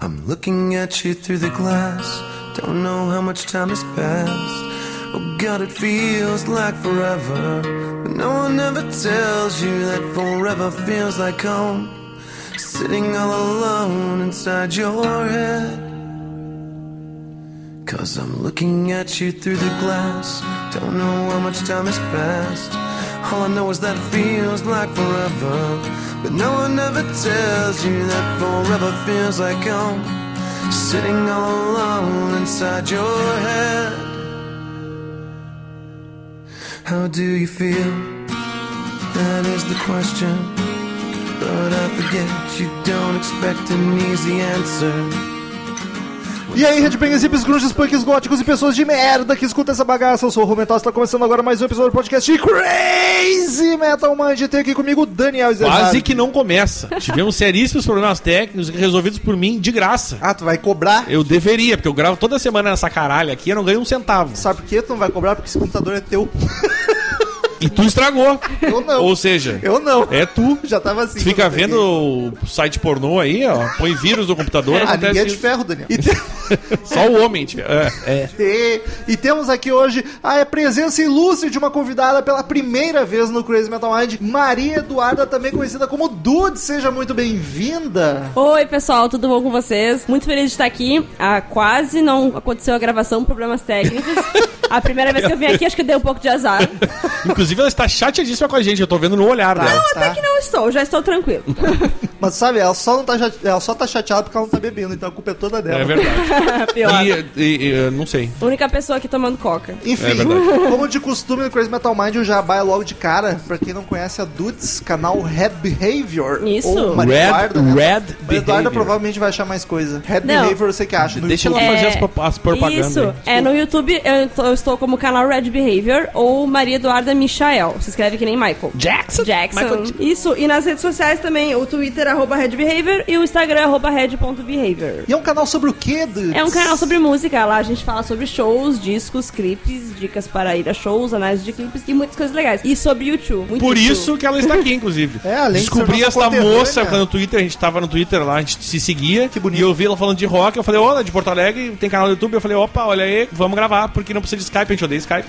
I'm looking at you through the glass. Don't know how much time has passed. Oh God, it feels like forever. But no one ever tells you that forever feels like home. Sitting all alone inside your head. Cause I'm looking at you through the glass. Don't know how much time has passed. All I know is that it feels like forever. But no one ever tells you that forever feels like home. Sitting all alone inside your head. How do you feel? That is the question. But I forget you don't expect an easy answer. E aí, Redbangers, hippies, grunges, punks, góticos e pessoas de merda que escutam essa bagaça. Eu sou o Rumental, está começando agora mais um episódio do podcast Crazy Metal Mind. E Tem aqui comigo o Daniel Zerhard. Quase que não começa. Tivemos seríssimos problemas técnicos resolvidos por mim de graça. Ah, tu vai cobrar? Eu deveria, porque eu gravo toda semana nessa caralho aqui e eu não ganho um centavo. Sabe por que tu não vai cobrar? Porque esse computador é teu. E tu estragou. Eu não. Ou seja, Eu não. é tu. Já tava assim. Tu fica quando eu peguei. vendo o site pornô aí, ó. Põe vírus no computador, Ah, ninguém é acontece de isso. ferro, Daniel. E, tem- Só o homem, tio. É, é. e- e temos aqui hoje a presença ilustre de uma convidada pela primeira vez no Crazy Metal Mind, Maria Eduarda, também conhecida como Dude. Seja muito bem-vinda. Oi, pessoal, tudo bom com vocês? Muito feliz de estar aqui. Ah, quase não aconteceu a gravação, problemas técnicos. A primeira vez que eu vim aqui, acho que eu dei um pouco de azar. Inclusive, ela está chateadíssima com a gente, eu tô vendo no olhar dela. Tá? Até que não estou, já estou tranquilo. Mas sabe, ela só, não tá, chate- ela só tá chateada porque ela não tá bebendo, então a culpa é toda dela. É verdade. Pior. E, e- e, não sei. Única pessoa aqui tomando coca. Enfim, É verdade. como de costume no Crazy Metal Mind, o Jabá é logo de cara. Pra quem não conhece a Dudes, canal Red Behavior. Isso. Ou Maria Eduarda, Red, né? red Maria Eduarda behavior. provavelmente vai achar mais coisa. Red Não. Behavior você que acha. no Deixa YouTube. ela fazer as pro- as propagandas aí. É, Isso, é no YouTube eu, tô- eu estou como canal Red Behavior ou Maria Eduarda Michael. Se escreve que nem Michael. Jackson? Jackson. Michael Isso, e nas redes sociais também, o Twitter, arroba Red Behavior, e o Instagram, arroba Red.behavior. E é um canal sobre o quê, Dudes? É um canal sobre música, lá a gente fala sobre shows, discos, clipes, dicas para ir a shows, análise de clipes e muitas coisas legais. E sobre YouTube. muito Por YouTube. isso que ela está aqui, inclusive. É, além de Descobri ser nossa essa conterrânea. moça quando no Twitter, a gente tava no Twitter lá, a gente se seguia. Que bonito. E eu vi ela falando de rock, eu falei, ó, ela é de Porto Alegre, tem canal do YouTube. Eu falei, opa, olha aí, vamos gravar, porque não precisa de Skype, a gente odeia Skype.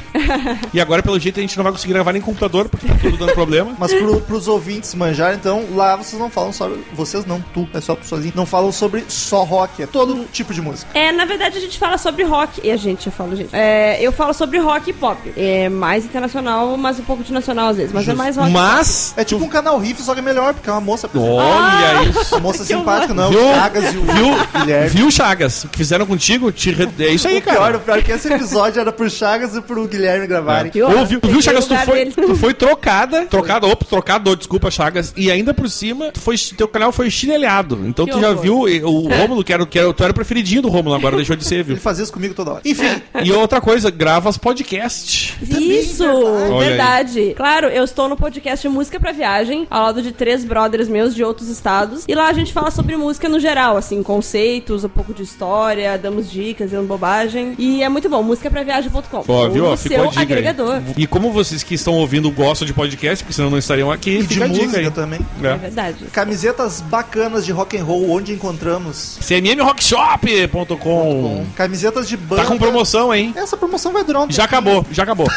e agora, pelo jeito, a gente não vai conseguir gravar nem com computador, porque tá tudo dando problema. Mas pro, pros ouvintes manjarem, então, lá vocês não falam sobre... Vocês não, tu, é só tu sozinho. Não falam sobre só rock, é todo tipo de música. É, na verdade a gente fala sobre rock. E a gente, eu falo, gente. É, eu falo sobre rock e pop. É mais internacional, mas um pouco de nacional às vezes. Mas é mais rock. Mas. É tipo um canal riff, só que é melhor, porque é uma moça... Olha isso. Uma moça que simpática, não é Viu? o Chagas e o Ah! Guilherme. Viu, Chagas? O que fizeram contigo? Te re- É isso aí, o pior, cara. o pior é que esse episódio era pro Chagas e pro Guilherme gravarem. Que horror. Ô, viu, viu Peguei Chagas? o Tu lugar foi, dele. tu foi trocada. Trocada, opa, trocado, desculpa, Chagas. E ainda por cima, tu foi, teu canal foi chinelhado. Então Que tu já horror. viu e, o Rômulo, que era, que era, tu era o preferidinho do Rômulo agora, deixou de ser, viu? Ele fazia isso comigo toda hora. Enfim, E outra coisa, grava as podcasts. Também, Isso, é verdade. Olha aí. verdade. Claro, eu estou no podcast Música pra Viagem, ao lado de três brothers meus de outros estados. E lá a gente fala sobre música no geral, assim, conceitos, um pouco de história, damos dicas, dando bobagem. E é muito bom, musicapraviagem.com. Ó, viu? Ou Ó, no ficou a seu dica aí. agregador. E como vocês que estão ouvindo gostam de podcast, porque senão não estariam aqui, e de fica a música dica aí. também. É É. verdade. Camisetas bacanas de rock and roll, onde É. encontramos? cmmrockshop.com Camisetas de banda. Hum. Tá com promoção, hein? Essa promoção vai durar um Já acabou, já acabou.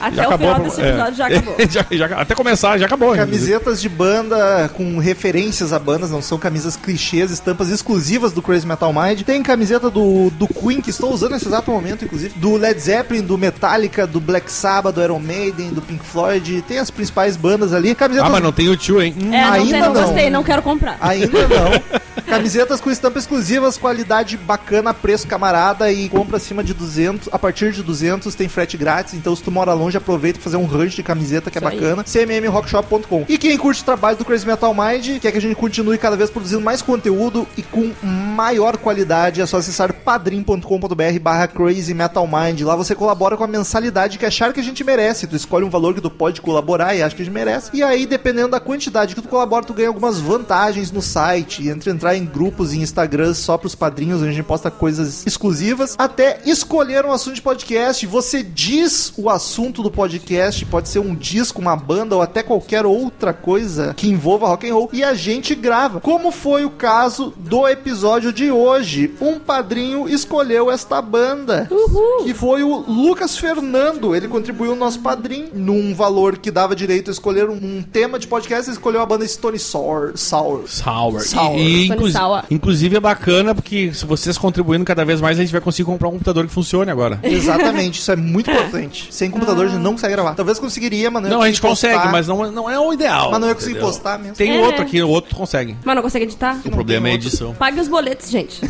Até Já o acabou. final desse episódio é. já acabou. Já- já- até começar, já acabou. Camisetas de banda com referências a bandas, não são camisas clichês, estampas exclusivas do Crazy Metal Mind. Tem camiseta do, do Queen, que estou usando nesse exato momento, inclusive, do Led Zeppelin, do Metallica, do Black Sabbath, do Iron Maiden, do Pink Floyd. Tem as principais bandas ali. Camisetas Ah, mas não tem o tio, hein? É, não, Ainda tem, não não. gostei, não quero comprar. Ainda não. Camisetas com estampa exclusivas, qualidade bacana, preço camarada e compra acima de 200. A partir de 200 tem frete grátis, então se tu mora longe, aproveita pra fazer um range de camiseta que é Isso aí. bacana. cmmrockshop.com. E quem curte o trabalho do Crazy Metal Mind, quer que a gente continue cada vez produzindo mais conteúdo e com maior qualidade, é só acessar padrim.com.br barra Crazy Metal Mind. Lá você colabora com a mensalidade que achar que a gente merece. Tu escolhe um valor que tu pode colaborar e acha que a gente merece. E aí, dependendo da quantidade que tu colabora, tu ganha algumas vantagens no site. Entre entrar em grupos e Instagrams só pros padrinhos, onde a gente posta coisas exclusivas. Até escolher um assunto de podcast. Você diz o assunto produto do podcast, pode ser um disco, uma banda ou até qualquer outra coisa que envolva rock and roll e a gente grava. Como foi o caso do episódio de hoje? Um padrinho escolheu esta banda, Uhul. que foi o Lucas Fernando. Ele contribuiu no nosso padrinho num valor que dava direito a escolher um, um tema de podcast, ele escolheu a banda Stone Sour. Sour. Sour. Sour. E, e Tony inclusi- Sour. Inclusive é bacana porque se vocês contribuindo cada vez mais, a gente vai conseguir comprar um computador que funcione agora. Exatamente, isso é muito importante. Sem computador a gente não consegue gravar. Talvez conseguiria, mas não ia Não, a gente conseguir postar. consegue, mas não, não é o ideal. Mas não ia conseguir entendeu? postar né? mesmo. Tem É. outro aqui, o outro tu consegue. Mas não consegue editar? O problema tem é a outro. edição. Pague os boletos, gente.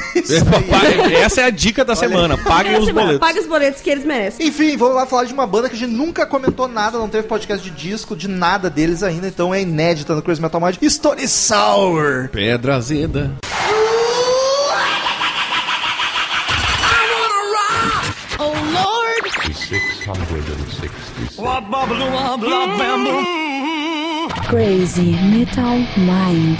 Pague- Essa é a dica da semana. Paguem os é Semana, boletos. Pague os boletos que eles merecem. Enfim, vamos lá falar de uma banda que a gente nunca comentou nada, não teve podcast de disco, de nada deles ainda, então é inédita no Crazy Metal Mind. Stone Sour! Pedra azeda. Oh, Crazy Metal Mind.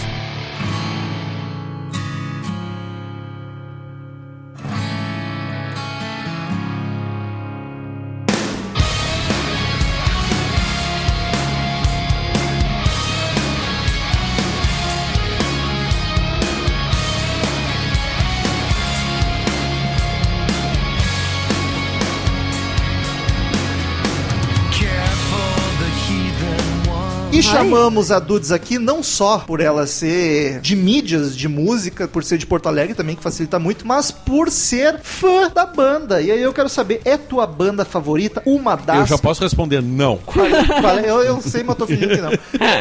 E chamamos a Dudes aqui não só por ela ser de mídias de música, por ser de Porto Alegre também, que facilita muito, mas por ser fã da banda. E aí eu quero saber, é tua banda favorita? Uma Eu das já posso responder, não. Qual é- eu, eu sei, mas tô fingindo que não.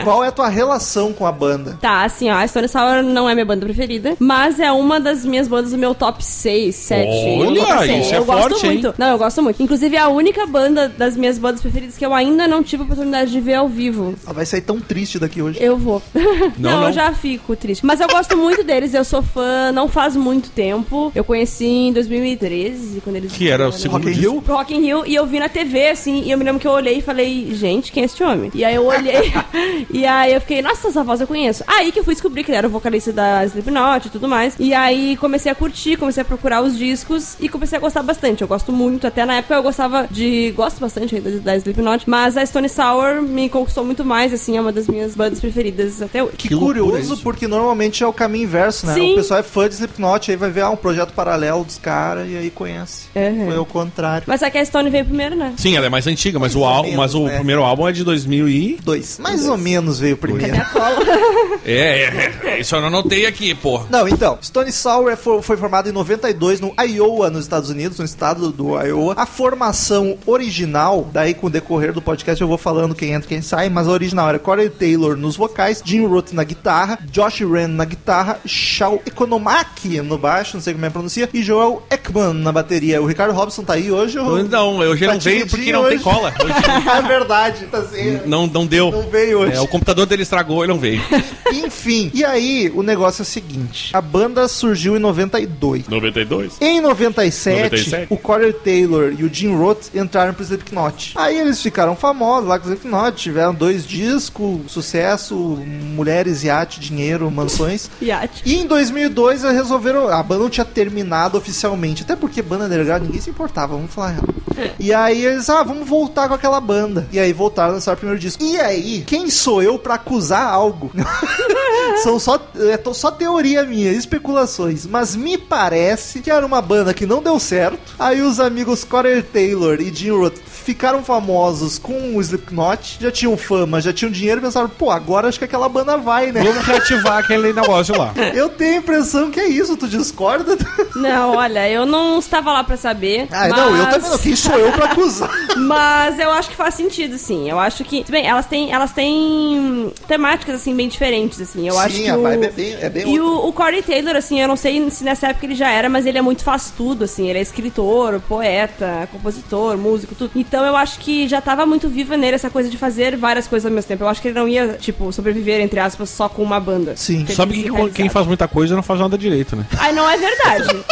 Qual é a tua relação com a banda? Tá, assim, ó, a Stone Sour não é minha banda preferida, mas é uma das minhas bandas do meu top 6, 7. Olha, top 6. isso é eu forte, gosto hein? muito. Não, eu gosto muito. Inclusive, é a única banda das minhas bandas preferidas que eu ainda não tive a oportunidade de ver ao vivo. Ela vai sair tão triste daqui hoje. Eu vou. Não, Não, não. eu já fico triste. Mas eu gosto muito deles, eu sou fã não faz muito tempo. Eu conheci em 2013, quando eles... Que era o segundo Rock in disco. Rio? pro Rock in Rio e eu vi na TV, assim, e eu me lembro que eu olhei e falei, gente, quem é este homem? E aí eu olhei, e aí eu fiquei, nossa, essa voz eu conheço. Aí que eu fui descobrir que ele era o vocalista da Slipknot e tudo mais, e aí comecei a curtir, comecei a procurar os discos e comecei a gostar bastante. Eu gosto muito, até na época eu gostava de, gosto bastante ainda de- da Slipknot, mas a Stone Sour me conquistou muito mais, assim, é uma das minhas bandas preferidas até hoje. Que, Que loucura curioso, isso. porque normalmente é o caminho inverso, né? Sim. O pessoal é fã de Slipknot, aí vai ver ah, um projeto paralelo dos caras e aí conhece. Uhum. Foi o contrário. Mas é que a Stone veio primeiro, né? Sim, ela é mais antiga, mas o, Mais ou álbum, mas menos, o né? primeiro álbum é de 2000 e... Dois. Mais ou menos veio o primeiro. É, é, é, isso eu não anotei aqui, porra. Não, então, Stone Sour é fo- foi formado em 92 no Iowa, nos Estados Unidos, no estado do Iowa. A formação original, daí com o decorrer do podcast eu vou falando quem entra e quem sai, mas a original era Corey Taylor nos vocais, Jim Roth na guitarra, Josh Rand na guitarra, Shaw Economaki no baixo, não sei como é que pronuncia, e Joel Ekman na bateria. O Ricardo Robson tá aí hoje? ou- Não, eu já Tá não timidinho veio porque não tem hoje. cola. Hoje é verdade, tá assim. não, não deu. Não veio hoje. É, o computador dele estragou, ele não veio. Enfim, e aí o negócio é o seguinte: a banda surgiu em 92. 92? Em 97, 97? o Corey Taylor e o Jim Roth entraram pro Slipknot. Aí eles ficaram famosos lá com o Slipknot, tiveram dois discos, sucesso, mulheres, iate, dinheiro, mansões. Yacht. E em 2002 eles resolveram. A banda não tinha terminado oficialmente. Até porque banda underground ninguém se importava, vamos falar a real. E aí eles, ah, vamos voltar com aquela banda. E aí voltaram a lançar o primeiro disco. E aí, quem sou eu pra acusar algo? São só, é to- só teoria minha, especulações. Mas me parece que era uma banda que não deu certo. Aí os amigos Corey Taylor e Jim Roth ficaram famosos com o Slipknot. Já tinham fama, já tinham dinheiro e pensaram, pô, agora acho que aquela banda vai, né? Vamos reativar aquele negócio lá. Eu tenho a impressão que é isso, tu discorda? Não, olha, eu não estava lá pra saber. Ah, não, eu mas- também não. Quem sou eu pra acusar? Mas eu acho que faz sentido, sim. Eu acho que. se Bem, elas têm, elas têm temáticas, assim, bem diferentes, assim. Eu Sim, acho que. a o- vibe é bem- é bem E o, o Corey Taylor, assim, eu não sei se nessa época ele já era, mas ele é muito faz tudo, assim. Ele é escritor, poeta, compositor, músico, tudo. Então eu acho que já tava muito viva nele essa coisa de fazer várias coisas ao mesmo tempo. Eu acho que ele não ia, tipo, sobreviver, entre aspas, só com uma banda. Sim. Tem Sabe que que ser quem realizado. faz muita coisa não faz nada direito, né? Ai, não é verdade.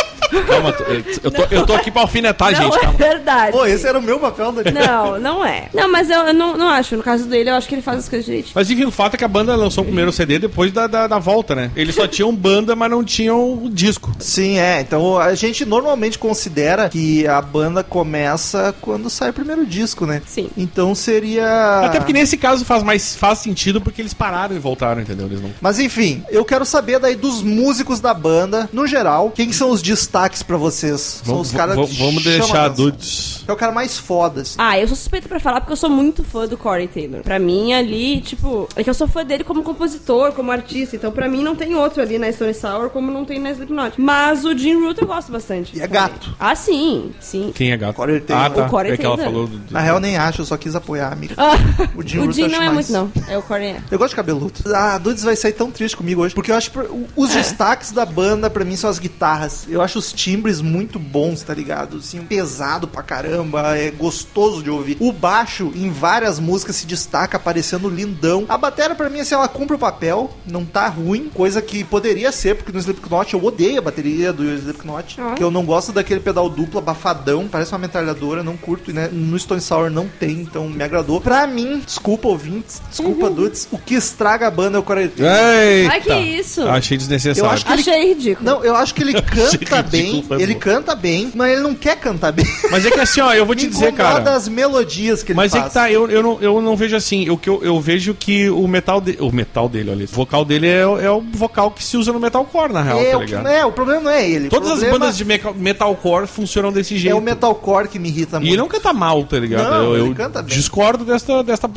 Calma, tu- eu- eu tô, eu tô aqui pra alfinetar, não Ah, gente. é Calma. verdade. Pô, esse era o meu papel né? da Não, não é. Não, mas eu, eu não, não acho. No caso dele, eu acho que ele faz as coisas direito. Mas enfim, o fato é que a banda lançou o primeiro CD depois da, da, da volta, né? Eles só tinham banda, mas não tinham o disco. Sim, é. Então a gente normalmente considera que a banda começa quando sai o primeiro disco, né? Sim. Então seria. Até porque nesse caso faz mais faz sentido porque eles pararam e voltaram, entendeu? Eles não. Mas enfim, eu quero saber daí dos músicos da banda, no geral, quem que são os destaques pra vocês? são os caras vamos, que vamos chamam deixar a atenção. dudes. É o cara mais foda, assim. Ah, eu sou suspeita pra falar porque eu sou muito fã do Corey Taylor. Pra mim, ali, tipo, é que eu sou fã dele como compositor, como artista. Então, pra mim, não tem outro ali na Stone Sour como não tem na Slipknot. Mas o Jim Root eu gosto bastante. E é também. gato. Ah, sim, sim. Quem é gato? Corey Taylor. ah, tá. O Corey é que ela Taylor. falou. do- do- Na real, nem acho, eu só quis apoiar, amigo. Ah, O Jim o Root eu Jim acho não é mais. muito, não. É o Corey. é. Eu gosto de cabeludo. Ah, Dudes vai sair tão triste comigo hoje, porque eu acho que os destaques da banda pra mim são as guitarras. Eu acho os timbres muito bons, tá ligado? Assim, pesado pra caramba, é gostoso de ouvir. O baixo em várias músicas se destaca parecendo lindão. A bateria pra mim assim, ela cumpre o papel, não tá ruim, coisa que poderia ser, porque no Slipknot eu odeio a bateria do Slipknot, Ah. que eu não gosto daquele pedal duplo abafadão, parece uma metralhadora, não curto, e, né? No Stone Sour não tem, então me agradou. Pra mim, desculpa ouvintes, desculpa dudes, o que estraga a banda é o Corey Taylor. Eita. Ah, Ai, que isso? Achei desnecessário. Eu acho que- ele- Achei ridículo. Não, eu acho que ele canta ridículo, bem, foi ele é boa. canta bem, mas ele não quer cantar bem. Mas é que assim, ó, eu vou te Me dizer, incomoda cara. as melodias que ele Mas faz. é que tá, eu, eu, não, eu não vejo assim. Eu, que eu, eu vejo que o metal de, O metal dele, olha. O vocal dele é, o- é o vocal que se usa no metalcore, na real, É, tá o, que- ligado? é, o problema não é ele. o Todas as problema bandas de meca- metalcore funcionam desse É jeito. o metalcore que me irrita E muito. ele não canta mal, tá ligado? Não, eu ele eu canta bem. discordo desta, desta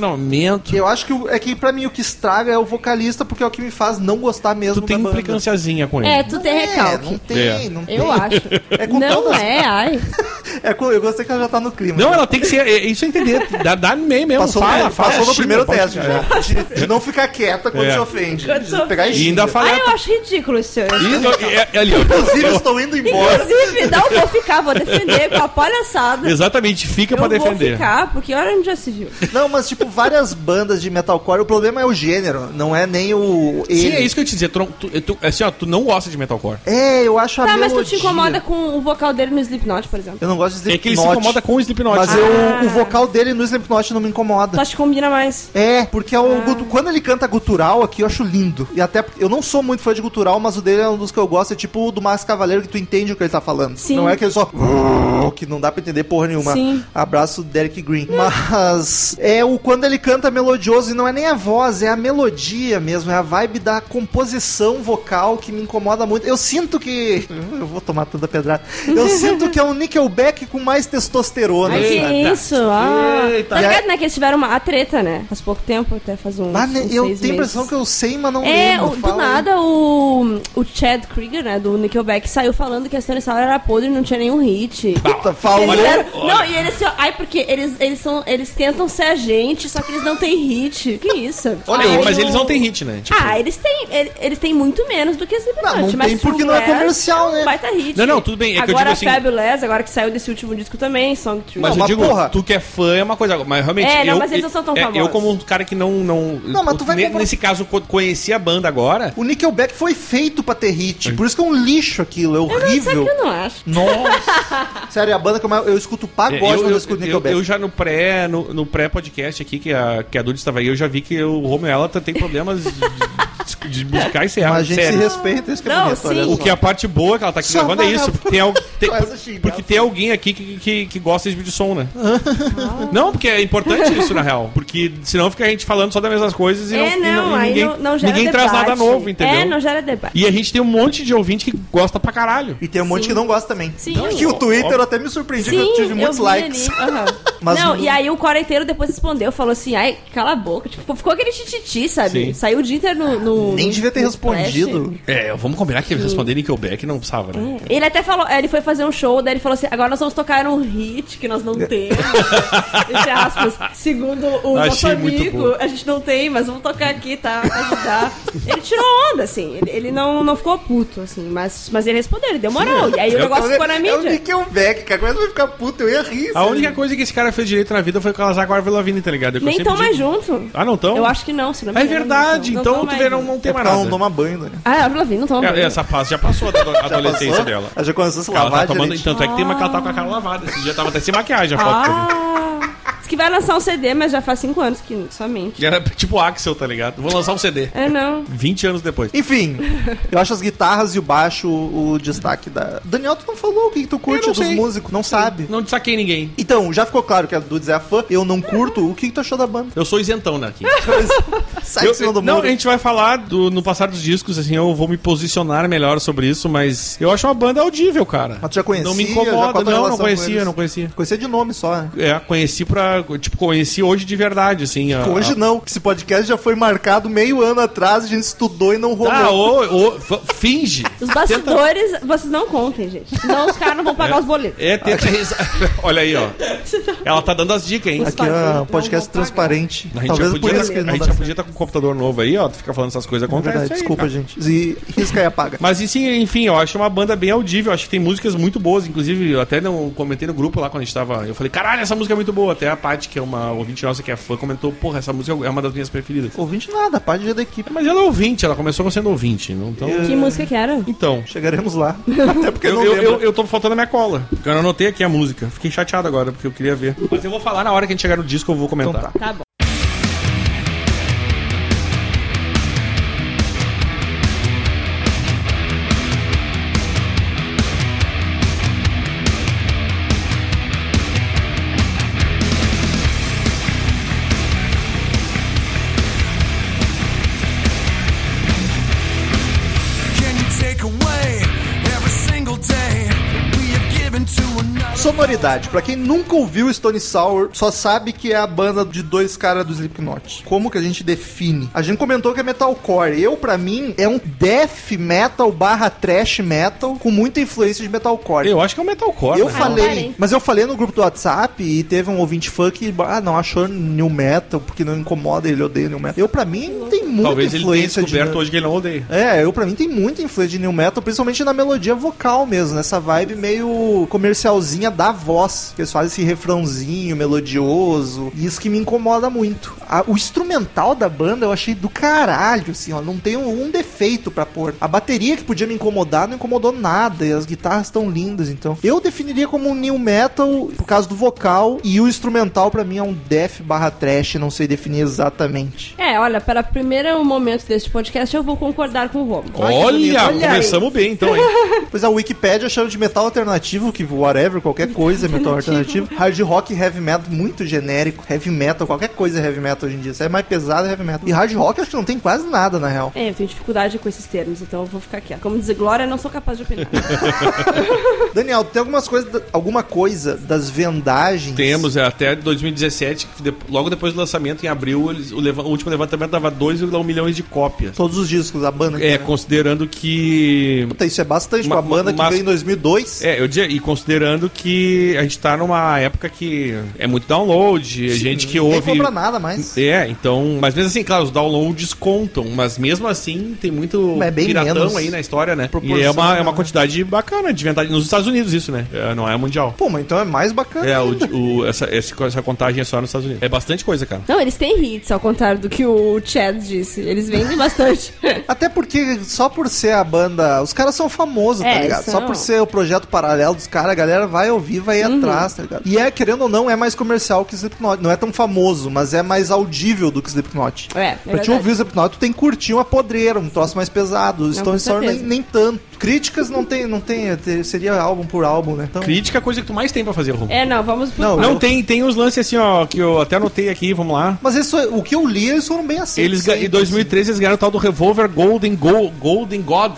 posicionamento. Eu acho que o- é que pra mim o que estraga é o vocalista, porque é o que me faz não gostar mesmo Tu tem da banda. implicanciazinha com ele. É, tu tem É, não recalque. tem, É. não tem. Eu acho. É com Não todas- é, ai. É com- eu gostei que ela já tá no clima. Não, ela tem que ser. é- é Isso é entender. Dá, dá meio mesmo. passou, fala, no, fala, passou no xinga, primeiro pode teste xingar. já. De, de não ficar quieta quando É. se ofende. Quando se De pegar E ainda xinga. falei. Ai, eu acho ridículo isso. E- é- é ali, ó. Inclusive, estou indo embora. Inclusive, não vou ficar, vou defender com a palhaçada. Exatamente, é fica Eu pra vou defender. ficar, porque olha onde já se viu. Não, mas tipo, várias bandas de metalcore, o problema é o gênero, não é nem o. Ele. Sim, é isso que eu ia te dizer. Tu, não- tu- tu- assim, ó, tu não gosta de metalcore. É, eu acho a Tá, mas melodia. tu te incomoda com o vocal dele no Slipknot, por exemplo? Eu não gosto de É que ele se Slipknot, incomoda com o Slipknot. Mas Ah. eu, Ah. o vocal dele no Slipknot não me Tu incomoda. acha que combina mais? É, porque é Ah. o gutu- quando ele canta gutural aqui, eu acho lindo. E até porque eu não sou muito fã de gutural, mas o dele é um dos que eu gosto, é tipo o do Márcio Cavaleiro, que tu entende o que ele tá falando. Sim. Não é que ele só. que não dá pra entender porra nenhuma. Sim. Abraço Derek Green. Mas é o quando ele canta melodioso, e não é nem a voz, é a melodia mesmo, é a vibe da composição vocal que me incomoda muito. Eu sinto que. Eu vou tomar tanta pedrada. Eu sinto que é um Nickelback com mais testosterona. Ai, que sabe? isso? Ah. Tá E ligado, aí- né? Que eles tiveram uma a treta, né? Faz pouco tempo, até faz uns, Ah, né, uns eu seis tenho a meses. impressão que eu sei, mas não É, lembro. o- do Fala aí. nada o, o Chad Krieger, né, do Nickelback, saiu falando que a Stone Sour era podre e não tinha nenhum hit. Puta, falou. Eles eram- não, e eles assim, ó, ai, porque eles, eles são. Eles tentam ser a gente, só que eles não têm hit. Que isso? Olha, Aí mas no- eles não têm hit, né? Tipo- Ah, eles têm, ele- eles têm muito menos do que esse Não, não tem porque não é comercial, né? um Baita hit. Não, não, tudo bem, é que eu digo agora assim- Fabulous, agora que saiu desse último disco também, Song Tree. Mas Não, eu mas digo, porra. tu que é fã é uma coisa, mas realmente É, não, eu, mas eles não são tão é, famosos. eu como um cara que não não, Não, mas tu vai ne- comprar- nesse caso co- conheci a banda agora. O Nickelback foi feito pra ter hit. Por isso que é um lixo aquilo, é Sabe horrível. que eu não acho. Nossa. Sério, é a banda que eu, mais- eu escuto pagode É, eu, quando eu eu- escuto eu- Nickelback. eu já no pré no, no pré podcast aqui que a que a Duda estava aí, eu já vi que o Romeo Elata tem problemas de, de, de musicais Mas a sérios. gente se respeita, isso que é Não, bonito, olha sim. só. O que a parte boa que ela tá aqui Só gravando é isso. vagabundo. Porque tem, al- tem- Começa a por- xingar. porque tem alguém aqui que, que, que gosta de som, né? Ah. Não, porque é importante isso, na real. Porque senão fica a gente falando só das mesmas coisas e, não, é, e não, não- e aí ninguém, não, não gera ninguém debate. traz nada novo, entendeu? É, não gera debate. E a gente tem um monte de ouvinte que gosta pra caralho. E tem um monte Sim. que não gosta também. Sim. Que o Twitter até me surpreendi que eu tive muitos vi likes. ali, aham. Mas não, não- e aí o quarenteiro depois respondeu, falou assim, ai, cala a boca. Tipo, ficou aquele tititi, sabe? Sim. Saiu o dia inteiro no... no- Nem devia ter no Splash. respondido. É, vamos combinar que eles responderem que o Beck não precisava, né? Ele até falou, ele foi fazer um show, daí ele falou assim: agora nós vamos tocar um hit que nós não temos. Entre aspas. Segundo o nosso Achei muito amigo, bom. a gente não tem, mas vamos tocar aqui, tá? Pra ajudar. ele tirou onda, assim. Ele, ele não, não ficou puto, assim. Mas, mas ele respondeu, ele deu moral. e aí o Eu negócio ficou na É o mídia. Nickelback, cara. Como é que vai ficar puto? Eu ia rir. A sério. única coisa que esse cara cara fez direito na vida foi casar com a Avril Lavigne, tá ligado? É o que eu Nem sempre tão mais digo. junto. Ah, não tão? Eu acho que não, se não me É engano, verdade, não- então não tu mais, vê, não, não tem mais Ela nada. É não toma banho, né? Ah, a Avril Lavigne não toma É, banho. Essa fase já passou da ado- Já adolescência passou? dela. Ela já começou a se Ela lavar tá tomando, direitinho. tanto é que tem uma que ela tava com a cara lavada. Esse dia tava até sem maquiagem a foto. né? que eu vi. Ah! Diz que vai lançar um CD, mas já faz 5 anos que somente. E era tipo Axel, tá ligado? Vou lançar um CD. É, não. 20 anos depois. Enfim, eu acho as guitarras e o baixo o destaque da. Daniel, tu não falou o que, que tu curte não dos sei. músicos, não sabe. Não destaquei ninguém. Então, já ficou claro que a Dudes é a fã, eu não curto. O que, que tu achou da banda? Eu sou isentão, né? Aqui. Sai Eu- de Tá cima do não, muro. a gente vai falar do, no passar dos discos, assim, eu vou me posicionar melhor sobre isso, mas eu acho uma banda audível, cara. Mas tu já conhecia? Não me Já qual incomoda, a tua não, relação não com conhecia, eles? não conhecia. Conhecia de nome só, né? É, conheci pra. Tipo, conheci hoje de verdade, assim. a- Hoje não, que esse podcast já foi marcado meio ano atrás, a gente estudou e não rolou. Tá, ô, ô, f- finge. Os bastidores, vocês não contem, gente. Senão os caras não vão pagar os boletos. É, tenta rezar. Olha aí, ó. Ela tá dando as dicas, hein? Aqui é um Não podcast vou pagar. transparente. A gente Talvez já por podia, isso que a não gente dá já certo. podia estar com um computador novo aí, ó. Tu fica falando essas coisas, É acontece. verdade, aí, desculpa, cara. gente. E risca e apaga. Mas e sim, enfim, eu acho uma banda bem audível, acho que tem músicas muito boas, inclusive eu até não comentei no grupo lá quando a gente tava. Eu falei, caralho, essa música é muito boa. Até a Paty, que é uma ouvinte nossa que é fã, comentou, porra, essa música é uma das minhas preferidas. Ouvinte nada, parte da equipe. Mas ela é ouvinte, ela começou sendo ouvinte, não- então. É. Que música que era? Então. Chegaremos lá. Até porque Eu, não eu, lembro. eu, eu tô faltando a minha cola. Porque eu não anotei aqui a música. Fiquei chateado agora, porque eu queria ver. Mas eu vou falar na hora que a gente chegar no disco, eu vou comentar. Então tá. Tá bom. Can you take away every single day we have given to another? Sonoridade. Pra quem nunca ouviu Stone Sour, só sabe que é a banda de dois caras do Slipknot. Como que a gente define? A gente comentou que é metalcore. Eu, pra mim, é um death metal barra trash metal com muita influência de metalcore. Eu acho que é um metalcore. Eu né? falei, parei. mas eu falei no grupo do WhatsApp e teve um ouvinte fã que, ah, não, achou new metal porque não incomoda ele, odeia new metal. Eu, pra mim, não tem muita Talvez ele tenha influência descoberto de... hoje que ele não odeia. É, eu pra mim tem muita influência de new metal, principalmente na melodia vocal mesmo, nessa vibe meio comercialzinha da voz, que eles fazem esse refrãozinho melodioso, e isso que me incomoda muito. A- o instrumental da banda eu achei do caralho, assim, ó, não tem um, um defeito pra pôr. A bateria que podia me incomodar não incomodou nada, e as guitarras tão lindas, então. Eu definiria como um new metal por causa do vocal, e o instrumental pra mim é um death barra trash, não sei definir exatamente. É, olha, para o primeiro momento deste podcast, eu vou concordar com o Romo. Olha, bonito. Olha começamos bem então, hein? Pois a Wikipedia chama de metal alternativo, que whatever, qualquer coisa é metal alternativo. Hard rock e heavy metal, muito genérico. Heavy metal, qualquer coisa é heavy metal hoje em dia. Isso é mais pesado é heavy metal. E hard rock acho que não tem quase nada, na real. É, eu tenho dificuldade com esses termos, então eu vou ficar quieta. Como diz Glória, não sou capaz de opinar. Daniel, tem algumas coisas, alguma coisa das vendagens? Temos é, até 2017, que de- logo depois do lançamento, em abril, eles- o, leva- o último levantamento dava 2,1 milhões de cópias. Todos os discos, a banda. É, né? considerando que. Puta, isso é bastante. Ma- Uma, banda que mas- veio em 2002. É, eu dizia, e considerando que a gente tá numa época que é muito download, gente que Ninguém ouve. compra nada mais. É, então. Mas mesmo assim, claro, os downloads contam, mas mesmo assim tem muito Mas é bem piratão menos. aí na história, né? Proporção, E é uma, é uma né? quantidade bacana de vantagem. Nos Estados Unidos, isso, né? É, não é mundial. Pô, mas então é mais bacana. É, ainda. o, o- essa, esse- essa contagem é só nos Estados Unidos. É bastante coisa, cara. não, eles têm hits, ao contrário do que o Chad disse. Eles vendem bastante. É, Até porque só por ser a banda. Os caras são famosos, tá É, ligado? isso Só não. por ser o projeto paralelo dos caras, a galera vai ouvir, vai ir Uhum. atrás, tá ligado? E é, querendo ou não, é mais comercial que Slipknot. Não é tão famoso, mas é mais audível do que Slipknot. É, é pra te verdade. ouvir o Slipknot, tu tem que curtir uma podreira, um troço mais pesado. Stone com Sour nem, certeza. nem tanto. Críticas não tem, não tem. te- Seria álbum por álbum, né? Então, Crítica é a coisa que tu mais tem pra fazer, Rom. é, não, vamos pro Não, quarto. Não, tem, tem uns lances assim, ó, que eu até anotei aqui, vamos lá. Mas isso, o que eu li, eles foram bem aceitos. Eles, ga- em sempre, 2013 eles ganharam o tal do Revolver Golden, Go- Golden God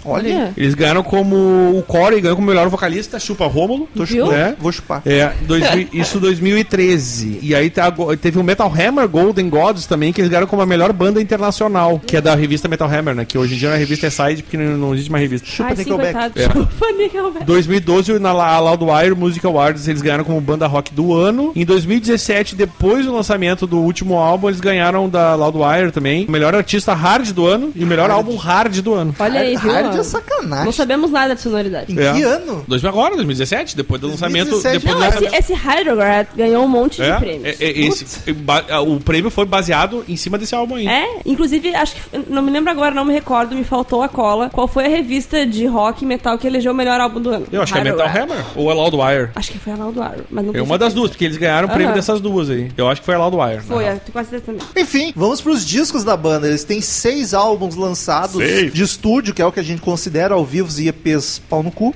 assim. Olha, aí. Olha. Eles ganharam como o Corey ganhou como melhor vocalista, chupa Rômulo. Tô Viu? chupando. É. Vou chupar. É, dois mil- isso 2013. E aí tá go- teve o Metal Hammer Golden Gods também, que eles ganharam como a melhor banda internacional, que é da revista Metal Hammer, né? Que hoje em dia na revista é side, porque não, não existe mais revista. Ai, sim, Nickelback. coitado. É. Chupa, Nickelback. 2012, na La- Loudwire Music Awards, eles ganharam como banda rock do ano. Em 2017, depois do lançamento do último álbum, eles ganharam da Loudwire também. Melhor artista hard do ano e o melhor álbum hard do ano. Olha aí, viu? Hard é ó. sacanagem. Não sabemos nada de sonoridade. Em É. que ano? 2000 Agora, 2017, depois do lançamento. 2017, depois do Não, esse, lançamento. esse Hydrograd ganhou um monte de É, prêmios. é, é, esse, ba- o prêmio foi baseado em cima desse álbum aí. É, inclusive, acho que. Não me lembro agora, não me recordo, me faltou a cola. Qual foi a revista de rock e metal que elegeu o melhor álbum do ano? Eu acho que é Metal Hammer. Hammer ou é Loudwire. Acho que foi a Loudwire, mas não É tenho uma das certeza. duas, porque eles ganharam o prêmio Aham. dessas duas aí. Eu acho que foi a Loudwire. Foi, é. né? eu tenho quase certeza também. Enfim, vamos para os discos da banda. Eles têm seis álbuns lançados Seis. de estúdio, que é o que a gente considera ao vivo e EPs pau no cu.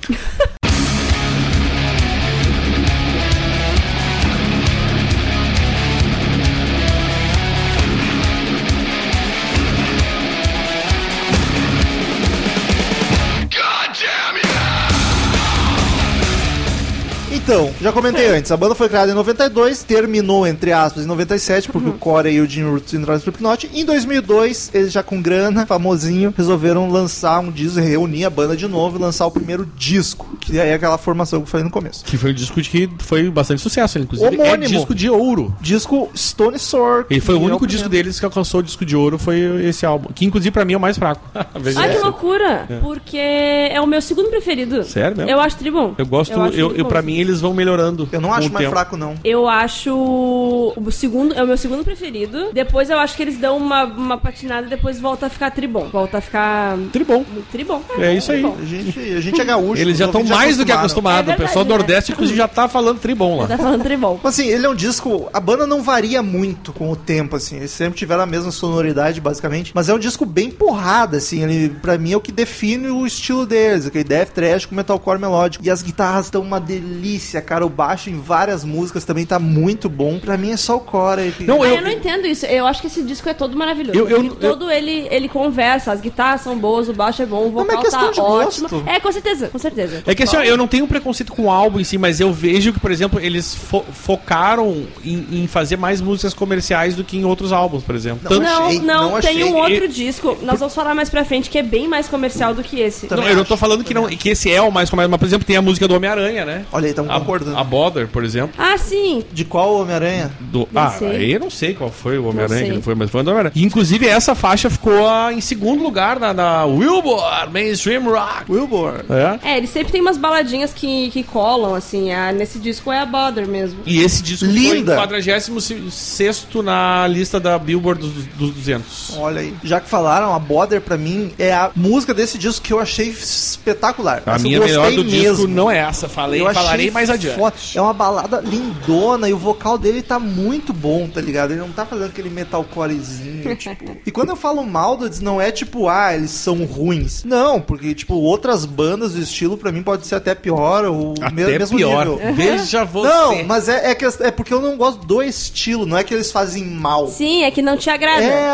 Então, já comentei antes, a banda foi criada em 92, terminou, entre aspas, em 97, porque o Corey e o Jim Roots entraram no Slipknot. Em 2002, eles já com grana, famosinho, resolveram lançar um disco, reunir a banda de novo e lançar o primeiro disco, que é aquela formação que eu falei no começo. Que foi um disco de que foi bastante sucesso, ele, inclusive. Homônimo. É disco de ouro. Disco Stone Sour. Ele foi o que é único disco deles que alcançou o disco de ouro, foi esse álbum. Que inclusive pra mim é o mais fraco. Às vezes Ai, é. que loucura! Porque é o meu segundo preferido. Sério mesmo? Eu acho tribom. Eu gosto, acho eu, tribom. eu, pra mim eles vão melhorando. Eu não com acho o mais tempo. fraco, não. Eu acho o segundo, é o meu segundo preferido. Depois eu acho que eles dão uma, uma patinada e depois volta a ficar tribom. Volta a ficar Tribom. muito tribom. É isso aí. tribom. A gente, a gente é gaúcho. Eles os já estão ouvintes mais do que acostumaram. acostumados. É o pessoal do verdade, né? Nordeste, inclusive, já tá falando tribom lá. Tá falando tribom. Assim, ele é um disco. A banda não varia muito com o tempo, assim. Eles sempre tiveram a mesma sonoridade, basicamente. Mas é um disco bem porrada, assim. Ele, pra mim, é o que define o estilo deles. Aquele death trash com metalcore melódico. E as guitarras estão uma delícia, cara. O baixo em várias músicas também tá muito bom. Pra mim é só o core. aí que- Não, Ah, eu, eu- não entendo isso. Eu acho que esse disco é todo maravilhoso. Eu- eu- Porque todo ele ele conversa, as guitarras são boas, o baixo é bom, o Mas é vocal questão tá de ótimo. gosto. É, com certeza, com certeza. É que assim, ó, eu não tenho preconceito com o álbum em si, mas eu vejo que, por exemplo, eles fo- focaram em, em fazer mais músicas comerciais do que em outros álbuns, por exemplo. Tanto- Não, achei, não, não tem achei. um outro E- disco, nós vamos falar mais pra frente, que é bem mais comercial do que esse. Também não, eu não tô acho, falando que, não, que esse é o mais comercial, mas, por exemplo, tem a música do Homem-Aranha, né? Olha aí, tamo A, concordando. a Bother, por exemplo. Ah, sim. De qual Homem-Aranha? Do, Não ah, sei. aí eu não sei qual foi o Homem-Aranha que sei. ele foi, mas foi o do Homem-Aranha. Inclusive, essa faixa ficou ah, em segundo lugar na, na Billboard Mainstream Rock. Wilbur. É. É, ele sempre tem umas baladinhas que, que colam, assim. ah, nesse disco é a Bother mesmo. E esse disco Linda. foi em 46 na lista da Billboard dos, dos 200. Olha aí. Já que falaram, a Bother pra mim é a música desse disco que eu achei espetacular. A Essa eu minha melhor gostei do disco mesmo. não é essa. Falei, achei falarei mais adiante. foda. É uma balada lindona e o vocal dele tá muito bom, tá ligado? Ele não tá fazendo aquele metalcorezinho, tipo. E quando eu falo mal deles, não é tipo, ah, eles são ruins. Não, porque, tipo, outras bandas do estilo, pra mim, pode ser até pior ou me- mesmo nível. Veja você. Não, mas é, é, que, é porque eu não gosto do estilo, não é que eles fazem mal. Sim, é que não te agrada. É,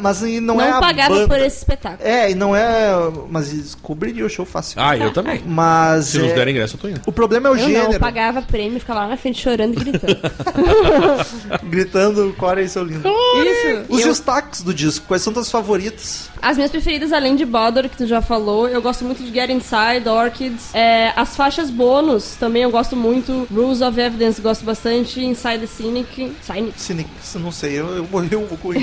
mas e não, não é a pagava banda. por esse espetáculo. É, e não é. Mas isso cobriria o show fácil. Ah, eu também. Mas. Se nos é- derem ingresso, eu tô indo. o problema é o Eu gênero. não, pagava prêmio, ficava lá na frente chorando e gritando. Gritando Corey e seu lindo. Isso. Os Eu- destaques do disco, quais são tuas favoritas? as minhas preferidas, além de Bother, que tu já falou, eu gosto muito de Get Inside, Orchids. É, as faixas bônus também eu gosto muito. Rules of Evidence gosto bastante. Inside the Cynic. Cynic. Cynics, não sei, eu, eu morri um pouco. em-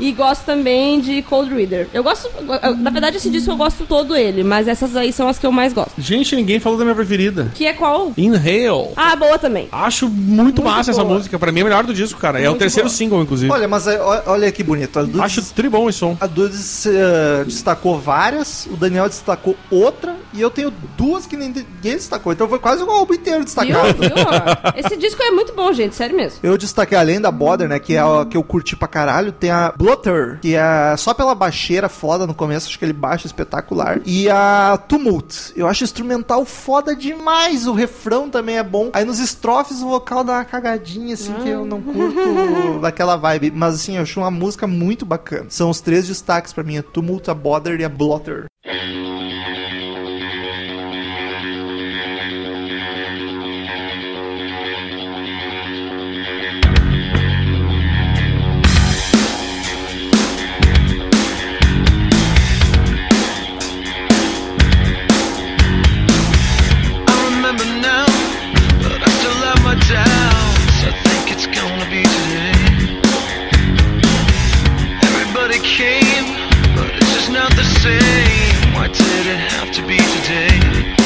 E gosto também de Cold Reader. Eu gosto. eu- na verdade, esse disco eu gosto todo ele, mas essas aí são as que eu mais gosto. Gente, ninguém falou da minha preferida. Que é qual? Inhale. Ah, boa também. Acho muito, massa essa boa. música. Pra mim é a melhor do disco, cara. é o Muito terceiro boa. single, inclusive. olha, mas aí, ó- olha que bonito. A Dudes, Acho tribom esse som. a Dudes eh, destacou várias, o Daniel destacou outra, e eu tenho duas que ninguém destacou. Então foi quase o álbum inteiro Viu? destacado. Viu? Esse disco é muito bom, gente, sério mesmo. Eu destaquei além da Bother, né? Que é a que eu curti pra caralho. Tem a Blutter, que é só pela baixeira foda no começo, acho que ele baixa espetacular. E a Tumult. Eu acho instrumental foda demais. O refrão também é bom. Aí nos estrofes o vocal dá uma cagadinha, assim, que eu não curto daquela vibe. Mas assim, eu acho uma música muito bacana. São os três destaques pra mim: a Tumult, a Bother e a Blotter. I remember now, but I still have my doubts. I think it's gonna be today. Everybody came, but it's just not the same. Why did it have to be today?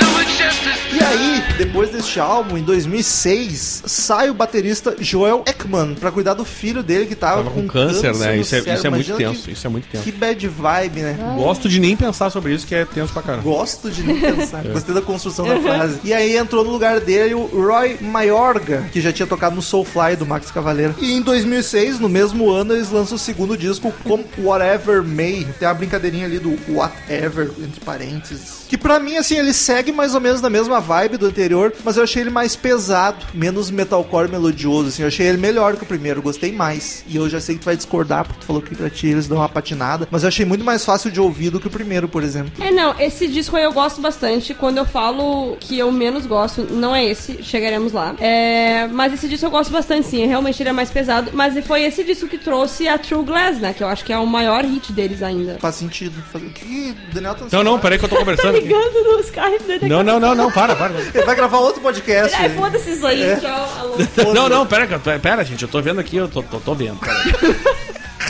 Now I Depois deste álbum, em 2006, sai o baterista Joel Ekman pra cuidar do filho dele que tava, Tava com câncer, né? no Isso é, cérebro. isso é muito Imagina tenso. que- Isso é muito tenso. Que bad vibe, né? Gosto de nem pensar sobre isso, que é tenso pra caramba. Gosto de nem pensar. Gostei da construção da frase. E aí entrou no lugar dele o Roy Mayorga, que já tinha tocado no Soulfly do Max Cavaleiro. E em 2006, no mesmo ano, eles lançam o segundo disco como Whatever May. Tem a brincadeirinha ali do Whatever, entre parênteses. Que pra mim, assim, ele segue mais ou menos na mesma vibe do anterior, mas eu achei ele mais pesado, menos metalcore melodioso, assim. Eu achei ele melhor que o primeiro, gostei mais. E eu já sei que tu vai discordar, porque tu falou que pra ti eles dão uma patinada, mas eu achei muito mais fácil de ouvir do que o primeiro, por exemplo. É, não, esse disco aí eu gosto bastante. Quando eu falo que eu menos gosto, não é esse, chegaremos lá. É, mas esse disco eu gosto bastante, sim. Realmente ele é mais pesado. Mas foi esse disco que trouxe a True Glass, né? Que eu acho que é o maior hit deles ainda. Faz sentido. Faz... O que que o Daniel tá Não, não, peraí que eu tô conversando aqui. Ligando no Skype dele. Não, não, não, não, para, para. Ele vai gravar outro podcast. Ai, hein? É, foda-se isso aí. É. Tchau, alô. Não, não, pera, que eu tô- pera, gente, eu tô vendo aqui, eu tô, tô, tô vendo. cara.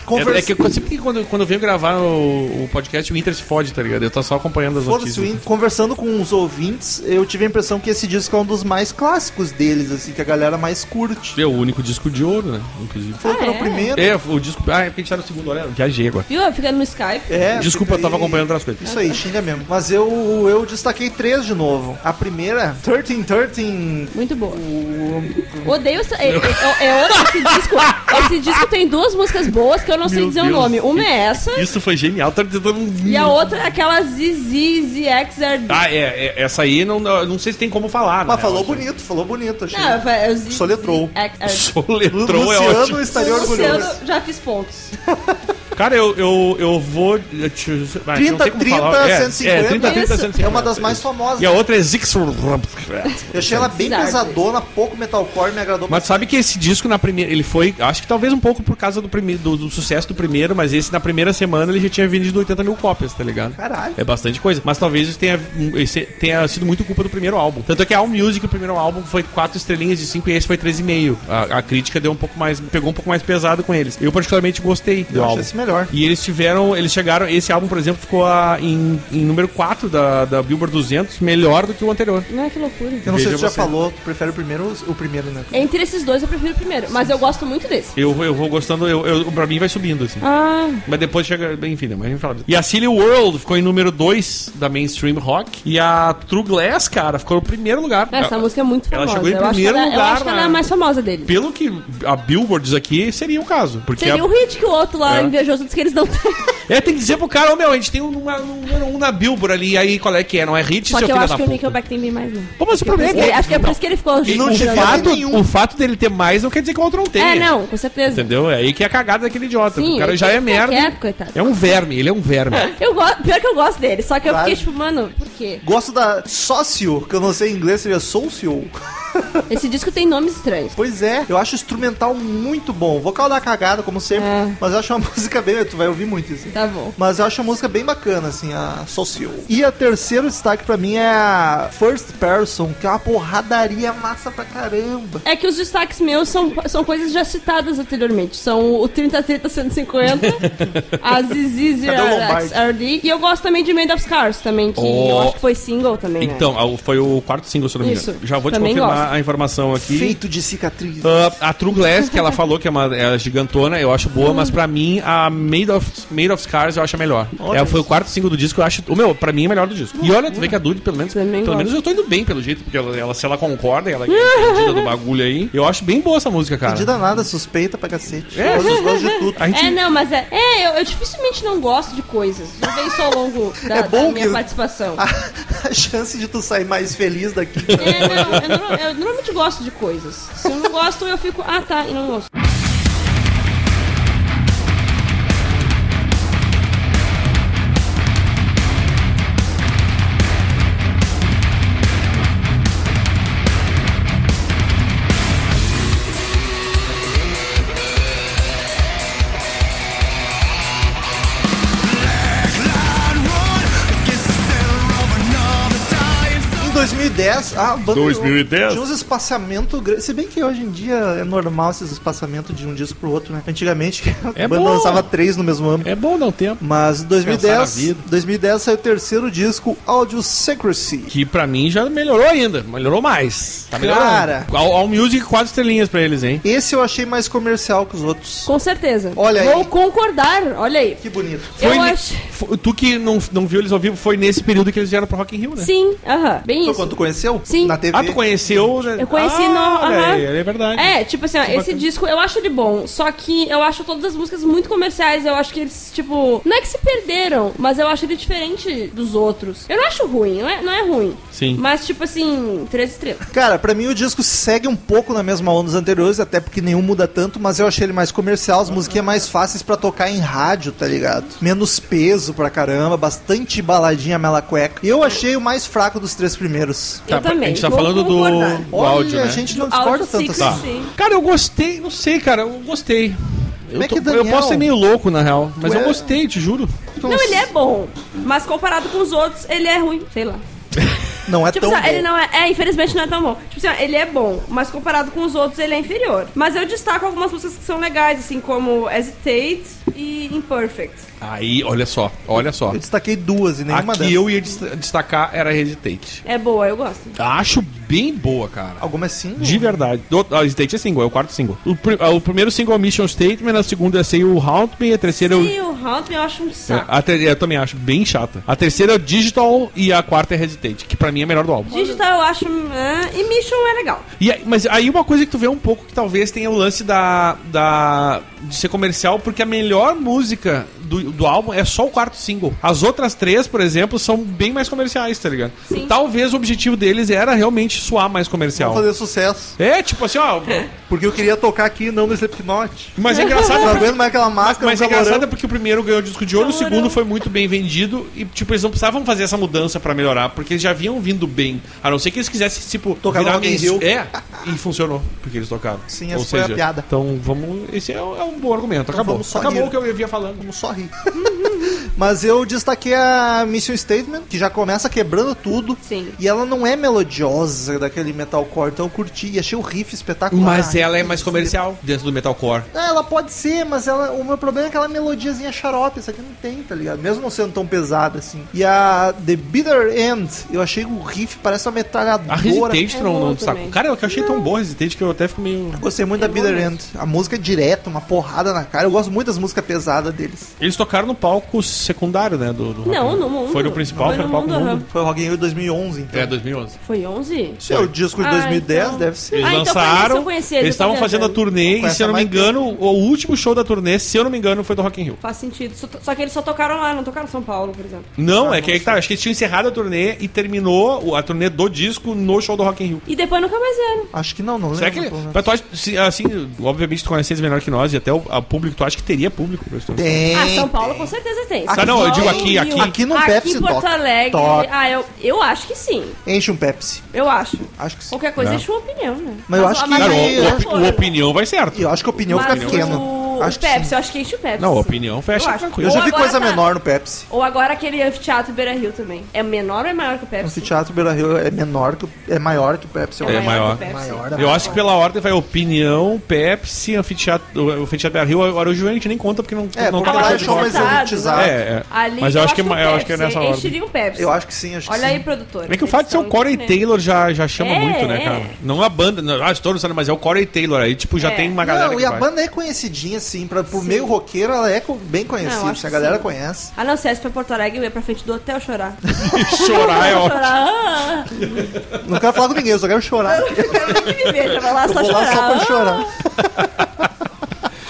Conversa- É, é que eu- sempre que quando, quando eu venho gravar o, o podcast, o Inter se fode, tá ligado? Eu tô só acompanhando as Foda-se, notícias. o Inter. conversando com os ouvintes, eu tive a impressão que esse disco é um dos mais clássicos deles, assim, que a galera mais curte. É o único disco de ouro, né? Inclusive. Falou que era Ah, o é? primeiro. É, o disco. Ah, é porque a gente tá no segundo, olha, viajei agora. Viu? Ficando no Skype. É, Desculpa, fica eu tava aí- acompanhando outras coisas. Isso aí, xinga mesmo. Mas eu, eu destaquei três de novo. A primeira, 1313. Muito boa. Odeio essa. É, é, é- é outro esse disco. Esse disco tem duas músicas boas que eu não sei Meu dizer Deus. o nome. Uma é essa Isso foi genial, tá tentando. e a outra é aquela ZZ, ZXR. Ah, é, é, essa aí não, não sei se tem como falar. Mas né? falou Eu- bonito, falou bonito, achei. Não, é o ZZ. Soletrou. XR. Soletrou é Luciano ótimo. estaria O orgulhoso. Luciano já fiz pontos. Cara, eu, eu, eu vou. eu te- ah, não 30, tem como falar. 30, É, 150. É, 30, 30, Isso. 150. É uma das mais É. famosas. E a outra é Zix. Eu achei ela bem Bizarro. pesadona, pouco metalcore, me agradou Mas sabe que esse disco na primeira. Ele foi. Acho que talvez um pouco por causa do, prime, do, do sucesso do primeiro, mas esse na primeira semana ele já tinha vendido 80 mil cópias, tá ligado? Caralho. É bastante coisa. Mas talvez isso tenha, esse tenha sido muito culpa do primeiro álbum. Tanto é que a All Music, o primeiro álbum, foi 4 estrelinhas de 5 e esse foi 3,5. A, a crítica deu um pouco mais. pegou um pouco mais pesado com eles. Eu particularmente gostei do Eu achei álbum. esse melhor. E eles tiveram, eles chegaram, esse álbum, por exemplo, ficou a- em, em número 4 da, da Billboard 200, melhor do que o anterior. Não é que loucura. Eu não sei Veja se tu já você. falou, tu prefere o primeiro ou o primeiro, né? Entre esses dois eu prefiro o primeiro, mas eu gosto muito desse. Eu, eu vou gostando, eu, eu, pra mim vai subindo, assim. Ah, Mas depois chega, enfim, né, mas a gente fala disso. E a Silly World ficou em número 2 da Mainstream Rock. E a True Glass, cara, ficou no primeiro lugar. Ah, essa música é muito ela famosa. chegou em eu, acho que primeiro ela, eu lugar acho que ela é na- a mais famosa dele. Pelo que a Billboard diz aqui, seria o caso. Porque Seria a- o hit que o outro lá É. invejoso disse que eles não têm. É, tem que dizer pro cara, ô meu, a gente tem um, uma- um número 1 um na Billboard ali, e aí qual é que é? Não é hit, Só seu que eu filho acho da que o puta? Nickelback tem bem mais um. Pô, mas o problema é que- Ele- acho que é por isso que ele ficou. não o, tinha nenhum. fato, o fato dele ter mais não quer dizer que o outro não tem. É, não, com certeza. Entendeu? É aí que é a cagada daquele idiota. Sim, o cara ele já é fica merda. quieto, coitado. É um verme, ele é um verme. Eu gosto, pior que eu gosto dele, só que eu Claro. fiquei tipo, mano, por quê? Gosto da Socio, que eu não sei em inglês, seria Socio. Esse disco tem nomes estranhos. Pois é, eu acho o instrumental muito bom. O vocal dá cagada, como sempre, É. mas eu acho uma música bem. Tu vai ouvir muito isso. Tá bom. Mas eu acho a música bem bacana, assim, a Socio. E a terceiro destaque pra mim é a First Person, que é uma porradaria massa pra caramba. É que os destaques meus são, são coisas já citadas anteriormente. São o 30-30-150, a ZZ Cadê o Lombardi? XRD, e eu gosto também de Made of Scars também, que eu Oh. acho que foi single também. né? Então, a- foi o quarto single, se eu não me Isso. engano. Já vou te Também confirmar gosto. a informação aqui. Feito de cicatriz. Ah, a True Glass, que ela falou que é uma é gigantona, eu acho boa, mas pra mim a Made of, Made of Scars eu acho a melhor. Olha É, foi o quarto single do disco, eu acho. O meu, pra mim é a melhor do disco. E olha, tu vê que a Dude, pelo menos, Também pelo gosto. menos eu tô indo bem pelo jeito, porque ela, ela- se ela concorda, ela é entendida do bagulho aí. Eu acho bem boa essa música, cara. Pedida nada, suspeita pra cacete. É. Eu gosto de tudo. A gente É, não, mas é. É, eu, eu dificilmente não gosto de coisas. Já vem isso ao longo da, É bom da minha que- participação. A, a chance de tu sair mais feliz daqui. É, não, eu, norma- eu normalmente gosto de coisas. Se eu não gosto, eu fico, ah tá, e não gosto. Em 2010, ah, banda 2010? Tinha uns espaçamento grande. Se bem que hoje em dia é normal esses espaçamentos de um disco pro outro, né? Antigamente, É a banda bom. lançava três no mesmo ano. É bom dar um tempo. Mas em Pensar na 2010, vida. 2010 saiu o terceiro disco, Audio Secrecy. Que pra mim já melhorou ainda. Melhorou mais. Tá melhorando. Cara. All, All Music, quatro estrelinhas pra eles, hein? Esse eu achei mais comercial que os outros. Com certeza. Olha aí. Vou concordar, olha aí. Que bonito. Foi eu ne- acho. fo- tu que não, não viu eles ao vivo, foi nesse período que eles vieram pro Rock in Rio, né? Sim, aham, bem Foi isso. quando tu conheceu? Sim. Na TV? Ah, tu conheceu? né? Eu conheci ah, no- olha aham. aí, É verdade. É, tipo assim, ó, esse bacana. disco eu acho ele bom, só que eu acho todas as músicas muito comerciais, eu acho que eles, tipo, não é que se perderam, mas eu acho ele diferente dos outros. Eu não acho ruim, não é, não é ruim. Sim. Mas, tipo assim, três estrelas. Cara, pra mim o disco segue um pouco na mesma onda dos anteriores, até porque nenhum muda tanto, mas eu achei ele mais comercial, as musiquinhas mais fáceis pra tocar em rádio, tá ligado? Menos peso pra caramba, bastante baladinha mela cueca. E eu achei o mais fraco dos três primeiros. eu também. A gente tá vou falando do, concordar. do áudio, a né? gente não Do discorda áudio tanto Secret, assim. sim. Cara, eu gostei, não sei, cara, eu gostei. Eu, é que tô- Daniel- eu posso ser meio louco, na real, mas Tu eu é- gostei, te juro. Não, ele é bom, mas comparado com os outros, ele é ruim, sei lá. Não é Tipo tão assim, ó, ele bom. não é, é, infelizmente não é tão bom. Tipo assim, ó, ele é bom, mas comparado com os outros, ele é inferior. Mas eu destaco algumas músicas que são legais, assim, como Hesitate e Imperfect. Aí, olha só, olha só. Eu destaquei duas e nenhuma Aqui dessas. eu ia dest- destacar era Hesitate. É boa, eu gosto. Acho bem boa, cara. Alguma é sim? De verdade. Do, ah, Hesitate é single, é o quarto single. O, pri- ah, o primeiro single é Mission Statement, a segunda é Say You Haunt Me, a terceira é o... E o Hunt eu acho um É, saco. a ter- eu também acho bem chata. A terceira é o Digital e a quarta é Hesitate, que pra mim é a melhor do álbum. Digital eu acho. ah, e Mission é legal. E aí- mas aí uma coisa que tu vê um pouco que talvez tenha o lance da, da de ser comercial, porque a melhor música do, do álbum é só o quarto single. As outras três, por exemplo, são bem mais comerciais, tá ligado? Sim. Talvez o objetivo deles era realmente soar mais comercial. Vou fazer sucesso. É, tipo assim, ó. Porque eu queria tocar aqui não no Slipknot. Mas é engraçado. Tá porque- vendo mais aquela máscara? Mas um é engraçado calorão? porque o primeiro ganhou o disco de ouro, o Calorão. segundo foi muito bem vendido e, tipo, eles não precisavam fazer essa mudança pra melhorar, porque eles já vinham vindo bem. A não ser que eles quisessem, tipo, Tocar no Rock in mainstream. Rio. É, e funcionou, porque eles tocaram. Sim, essa foi a piada. Então, vamos... Esse é, um é um bom argumento, acabou. vamos só acabou rir. o que eu vinha falando. Vamos só rir. Mas eu destaquei a Mission Statement, que já começa quebrando tudo. Sim. E ela não é melodiosa daquele metalcore, então eu curti e achei o riff espetacular. Mas ela é mais comercial dentro do metalcore. Ah, ela pode ser, mas ela, o meu problema é aquela melodiazinha xarope, essa aqui não tem, tá ligado? Mesmo não sendo tão pesada assim. E a The Bitter End, eu achei o riff parece uma metralhadora. A Resistente É não, boa não destacou. também. Cara, eu que achei tão boa a Resistente que eu até fico meio... Gostei muito É da bom Bitter mesmo. End. A música é direta, uma porrada na cara. Eu gosto muito das músicas pesadas deles. Eles tocaram no palco secundário, né? Do, do Não, Rock in no Rio. mundo. Foi no principal, Foi foi no no palco mundo, do mundo. aham. Foi o Rock in Rio 2011, então. É, 2011. Foi 11? Isso é o disco de Ah, 2010, então. deve ser. Eles Ah, então foi lançaram, isso, eu conheci, eu eles tô estavam fazendo a viajando. turnê e, Conhece se eu não me mais tempo. engano, o último show da turnê, se eu não me engano, foi do Rock in Rio. Faz sentido. Só, só que eles só tocaram lá, não tocaram em São Paulo, por exemplo. Não, é que aí que tá, acho que eles tinham encerrado a turnê e terminou o- a turnê do disco no show do Rock in Rio. E depois nunca mais vieram. Acho que não, não lembro. né? Será que ele, pelo menos. pra tu acha- se- assim, obviamente tu conheces melhor que nós e até o a público, tu acha que teria público pra isso? Tem. Ah, São Paulo com certeza tem. Ah, São não, eu Paulo, digo aqui, Rio. aqui. É. Aqui no Pepsi em Porto toca. Alegre. Toca. Ah, eu, eu acho que sim. Enche um Pepsi. Eu acho. Acho que sim. Qualquer coisa É. deixa uma opinião, né? Mas eu acho a que- maioria Cara, Aí, o, é o- fora. o opinião vai certo. E eu acho que a opinião Mas fica pequena. O, Acho o que Pepsi, sim. eu acho que enche o Pepsi. Não, a opinião fecha Eu acho. tranquilo. Eu já vi Agora coisa tá. menor no Pepsi. Ou agora aquele anfiteatro Beira Rio também. É menor ou é maior que o O Pepsi? Teatro Beira Rio é menor que o- Um é maior que o Pepsi. eu É acho. maior. que o Pepsi. Maior, Eu acho que pela ordem vai opinião, Pepsi, anfiteatro, o anfiteatro Beira Rio, agora o Juventude a gente nem conta porque não, É, não porque tá lá lá é show mais limitado, elitizado. É, é. Ali, mas eu, acho que, é ma- eu Pepsi, acho que é nessa eu ordem. Encheria um Pepsi. Eu acho que sim, acho que Olha sim. aí, produtor. É que o fato de ser o Corey Taylor já, já chama É, muito, né, é. cara? Não a banda, não, ah, todos mas é o Corey Taylor. Aí, tipo, já É. tem uma galera. Não, que e a vai. banda é conhecidinha, assim. Pra, pro meio roqueiro, ela é co- bem Não, conhecida. acho assim, a que galera sim. conhece. Ah, não, se pra Porto Alegre, eu ia pra frente do hotel chorar. chorar é ótimo. chorar. Ah, Não quero falar com ninguém, eu só quero chorar. eu quero nem que me veja, vai lá Eu só vou lá chorar. só pra Ah. chorar.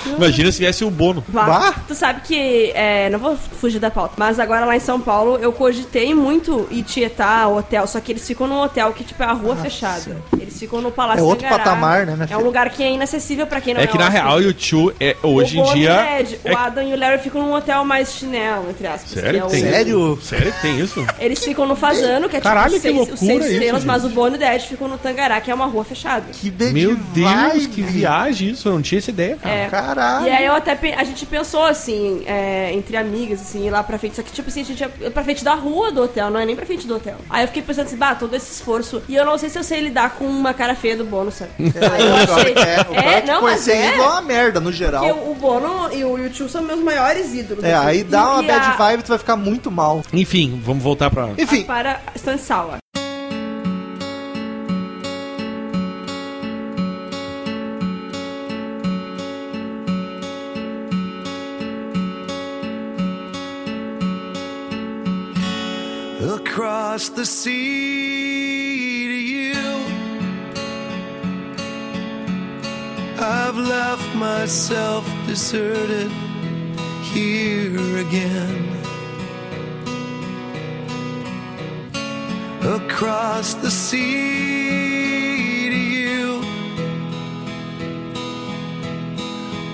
Imagina se viesse o Bono. Bah. Bah. Tu sabe que, é, não vou fugir da pauta, mas agora lá em São Paulo eu cogitei muito ir tietar o hotel, só que eles ficam num hotel que tipo é a rua fechada. Eles ficam no Palácio É outro Tangará. patamar, né, minha É filha? um lugar que é inacessível pra quem não É que na hóspede. real, o YouTube é O hoje em Bono dia. é Ed, O Adam e o Larry ficam num hotel mais chinelo, entre aspas. Sério? que é que o- tem isso? Sério? Sério que tem isso? Eles ficam no Fazano, que é Caralho, que tipo seis, loucura os seis isso, estrelas, gente. mas o Bono e o Dead ficam no Tangará, que é uma rua fechada. Que de- Meu de Deus, vibe. que viagem isso. Eu não tinha essa ideia, cara. É. Cara, caralho. E aí eu até pe- a gente pensou assim, é, entre amigas, assim, ir lá pra frente. Só que, tipo assim, a gente ia pra frente da rua do hotel, não é nem pra frente do hotel. Aí eu fiquei pensando assim, bah, todo esse esforço. E eu não sei se eu sei lidar com uma cara feia do bônus, sabe? Aí eu achei. É, o cara É, te não, mas conhecer é é. igual uma merda, no geral. Porque o Bono e o YouTube são meus maiores ídolos. É, assim. aí dá uma E bad a- vibe, tu vai ficar muito mal. Enfim, vamos voltar pra. Enfim, Para Stansawa. across the sea to you. I've left myself deserted here again. Across the sea to you,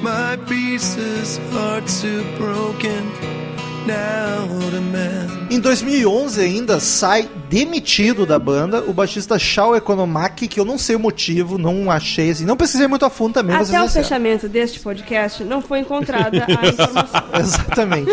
my pieces are too broken now to mend. em 2011 ainda sai demitido da banda o baixista Shao Economaki, que eu não sei o motivo, não achei assim, não pesquisei muito a fundo também, Até o vocês fechamento deste podcast não foi encontrada a informação. Exatamente.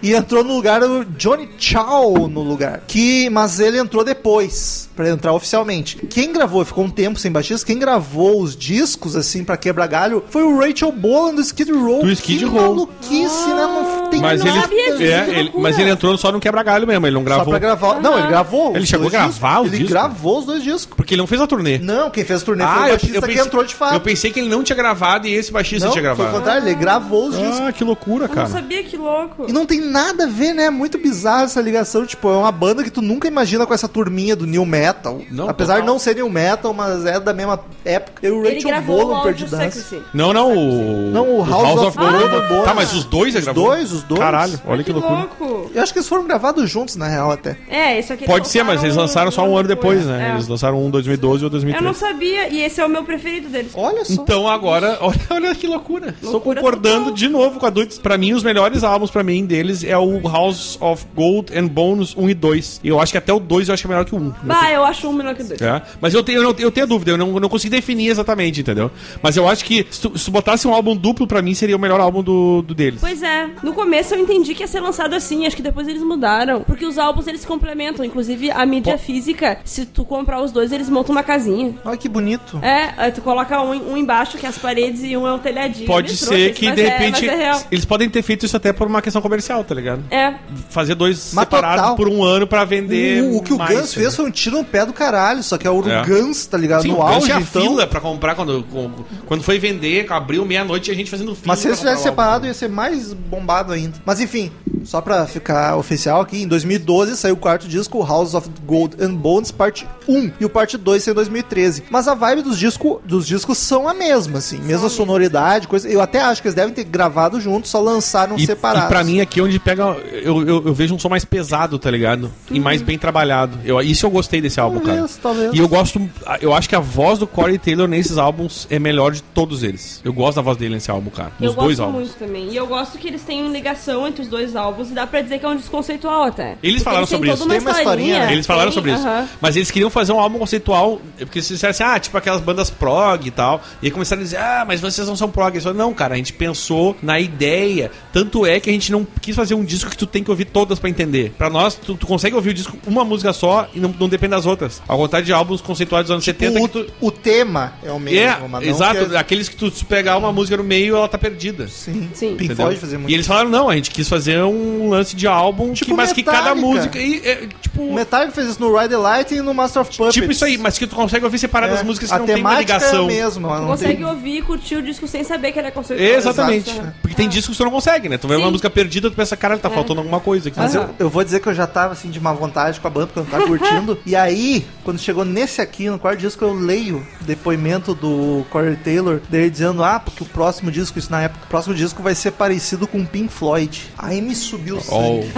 E entrou no lugar o Johnny Chow no lugar. Que, mas ele entrou depois, pra entrar oficialmente. Quem gravou, ficou um tempo sem baixista, quem gravou os discos assim pra quebrar galho foi o Rachel Bolan do Skid Row. Do Skid que Row. maluquice, né? Não tem Mas nada. ele, sabia disso, é, que ele- loucura. mas ele entrou só no quebra-galho mesmo, ele não Só gravou. pra gravar. Não, ele gravou. Ele os chegou dois a gravar os Ele discos? gravou os dois discos. Porque ele não fez a turnê. Ah, Não, quem fez o turnê foi o eu- baixista eu que entrou de fato. Eu pensei que ele não tinha gravado e esse baixista não, tinha foi o gravado. contrário, ele gravou os discos. Ah, que loucura, Eu não cara. sabia que louco. E não tem nada a ver, né? É muito bizarro essa ligação. Tipo, é uma banda que tu nunca imagina com essa turminha do New Metal. Não, Apesar de total. não ser New Metal, mas é da mesma época. Eu e o Ele Rachel gravou o Bolan áudio Perdi do Dance. Sexy. Não, não, o. Não, o House of Golden Bones. Tá, mas os dois já Os gravou? dois, os dois. Caralho, olha que, Que loucura. louco. Eu acho que eles foram gravados juntos, na real, até. É, isso aqui eles Pode ser, mas eles lançaram só um ano depois, né? É. Eles lançaram um em 2012 ou Eu não 2013. sabia, e esse é o meu preferido deles. Olha só. Então agora, olha, olha que loucura. Estou Loucura concordando total. de novo com a Dudes. Pra mim, os melhores álbuns pra mim deles é o House of Gold and Bones 1 e 2. E eu acho que até o 2 eu acho que é melhor que o 1. Bah, eu acho um melhor que dois. É, mas eu tenho, eu, não- eu tenho a dúvida, eu não, eu não consigo definir exatamente, entendeu? Mas eu acho que se tu, se tu botasse um álbum duplo, pra mim seria o melhor álbum do, do deles. Pois é, no começo eu entendi que ia ser lançado assim, acho que depois eles mudaram, porque os álbuns eles se complementam, inclusive a mídia física, se tu comprar os dois, eles montam uma casinha. Olha que bonito. É, aí tu coloca um, um embaixo, que é as paredes, e um é o telhadinho. Pode Meio ser trouxa, que, mas de é- repente, mas É, real. eles podem ter feito isso até por uma questão comercial, tá ligado? é, Fazer dois Mas separados total. por um ano pra vender. O, o que o mais, Guns tá ligado? fez foi um tiro no pé do caralho, só que é o É. Guns, tá ligado? Sim, no o Guns auge, tinha então. fila pra comprar quando, com- quando foi vender, abriu meia-noite e a gente fazendo fila. Mas se eles um pra tivessem comprar o álbum. separado, ia ser mais bombado ainda. Mas enfim, só pra ficar oficial aqui, em 2012 saiu o quarto disco, House of Gold and Bones, parte 1. E o parte 2 saiu em 2013. Mas a vibe dos, disco, dos discos são a mesma, assim. Mesma sonoridade, coisa. Eu até acho que eles devem ter gravado juntos, só lançaram E, separados. e pra mim aqui é onde pega. Eu, eu, eu vejo um som mais pesado, tá ligado? E mais bem trabalhado. Eu, isso eu gostei desse álbum, cara. Uhum. Talvez, talvez. E eu gosto. Eu acho que a voz do Corey Taylor nesses álbuns é melhor de todos eles. Eu gosto da voz dele nesse álbum, cara. Nos eu dois gosto álbuns. muito também. E eu gosto que eles têm ligação entre os dois álbuns, e dá pra dizer que é um desconceitual até. Eles falaram têm sobre toda isso. Tem uma historinha, né? Eles falaram tem, sobre isso. É. aham. Mas eles queriam fazer um álbum conceitual, porque se dissessem, ah, tipo aquelas bandas prog e tal. E aí começaram a dizer, ah, mas vocês não são prog. Eles falaram, não, cara, a gente pensou na ideia. Tanto é que a gente não quis fazer um disco que tu tem que ouvir todas pra entender. Pra nós, tu, tu consegue ouvir o disco uma música só e não, não depende das outras. Ao contrário de álbuns conceituais dos anos 70. que Tipo o, tu... o tema é o mesmo, É, mas não exato. que- Aqueles que tu se pegar uma música no meio, ela tá perdida. Sim. Sim. Pink Entendeu? Floyd fazia muito. E eles falaram, não, a gente quis fazer um lance de álbum, Tipo que- mas que cada Metallica. música. E, é, tipo, O Metallica fez isso no Ride the Light e no Master of Puppets. Tipo isso aí, mas que tu consegue ouvir separado É, as músicas a que não tem uma temática é a ligação. mesma, mas não Consegue tem- ouvir e curtir o disco sem saber que ele é conceitual. né? Exatamente. Exato. Porque tem discos que tu não consegue, né? Tu vê uma Sim. música perdida, tu pensa, caralho, tá faltando alguma coisa aqui. Mas Mas Ah. eu, eu vou dizer que eu já tava assim de má vontade com a banda, porque eu não tava curtindo. e aí, quando chegou nesse aqui, no quarto disco, eu leio o depoimento do Corey Taylor dele dizendo: Ah, porque o próximo disco, isso na época, o próximo disco vai ser parecido com Pink Floyd. Aí me subiu o Oh. sangue.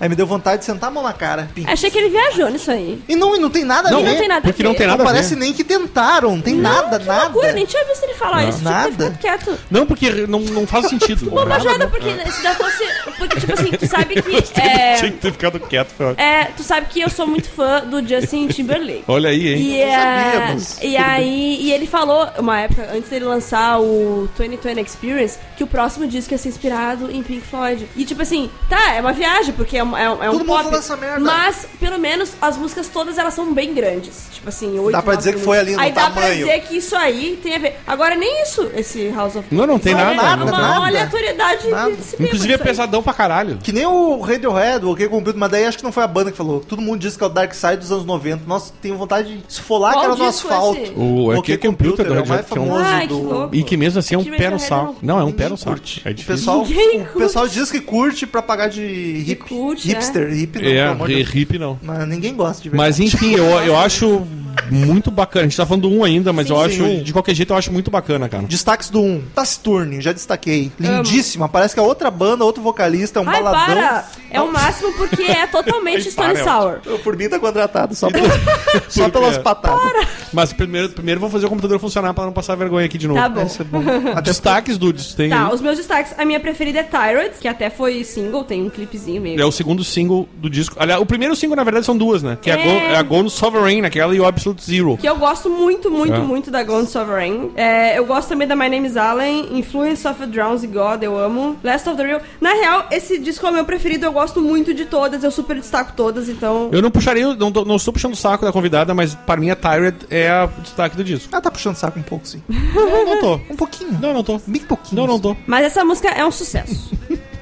Aí me deu vontade de sentar a mão na cara. Pim. Achei que ele viajou nisso aí. E não, e não tem nada Não, a ver. não tem nada a porque não ver. tem Não nada a parece ver. nem que tentaram, não tem nada, que nada. loucura, né? nem tinha visto ele falar isso. Tinha que ter Nada. ficado quieto. Não, porque não, não faz sentido. Bobajada, porque se não fosse. Porque, tipo assim, tu sabe que. Tinha É, que ter ficado quieto. foi ótimo. é, tu sabe que eu sou muito fã do Justin Timberlake. Olha aí, hein? E, é, sabíamos. e aí, e ele falou, uma época, antes dele lançar o 2020 Experience, que o próximo disco ia ser inspirado em Pink Floyd. E tipo assim, tá, é uma viagem, porque é, um- é um- é um Todo mundo pop, falou essa merda. mas pelo menos as músicas todas elas são bem grandes. Tipo assim, oito, Dá pra nove dizer que minutos. foi ali no Aí dá pra tamanho. dizer que isso aí tem a ver. Agora, nem isso, esse House of Não, não tem Olha, nada, Uma nada. aleatoriedade Nada. de cinema, Inclusive é isso aí. pesadão pra caralho. Que nem o Radiohead, o OK Computer, mas daí acho que não foi a banda que falou. Todo mundo diz que é o Dark Side dos anos 90. Nossa, tenho vontade de esfolar a Qual cara no disco é asfalto. esse? O OK Computer do é o mais Radiohead, que é um- famoso Ai, que do... louco. E que mesmo assim é um Aqui pé no mesmo é saco. real. Não, é um pé Ninguém no saco. curte. É o, difícil. pessoal, Ninguém o curte. pessoal diz que curte pra pagar de hip, curte, né? hipster. Hip não, É, pelo amor de Deus. hippie não. Mas ninguém gosta de ver. Mas enfim, eu, eu acho muito bacana. A gente tá falando do um ainda, mas Sim, eu sim. acho, de qualquer jeito, eu acho muito bacana, cara. Destaques do 1. Taciturne, já destaquei. Lindíssima. Parece que é outra banda, outro vocalista, é um Ai, baladão. para! É o máximo porque é totalmente Stone para, é Sour. Eu, Por mim tá contratado, só, pela- só pelas patadas. Mas primeiro, primeiro vamos fazer o computador funcionar pra não passar vergonha aqui de novo. Tá bom. Isso é bom. Destaques dudes tem. um- Tá, os meus destaques. A minha preferida é Tyrant, que até foi single, tem um clipezinho É meio. o segundo single do disco. Aliás, o primeiro single, na verdade, são duas, né? Que é, a, É. Go, é a Gone Sovereign, aquela, e o Absolute Zero. Que eu gosto muito, muito, É. muito da Gone Sovereign. É, eu gosto também da My Name is Allen, Influence of a Drowns God, eu amo. Last of the Real. Na real, esse disco é o meu preferido, eu gosto muito de todas, eu super destaco todas, então. Eu não puxaria, não, tô- não estou puxando o saco da convidada, mas pra mim a Tired é a- o destaque do disco. Ah, tá puxando saco um pouco, sim. Não, não tô. Um pouquinho. Não, não tô. Bem pouquinho. Não, não tô. Mas essa música é um sucesso.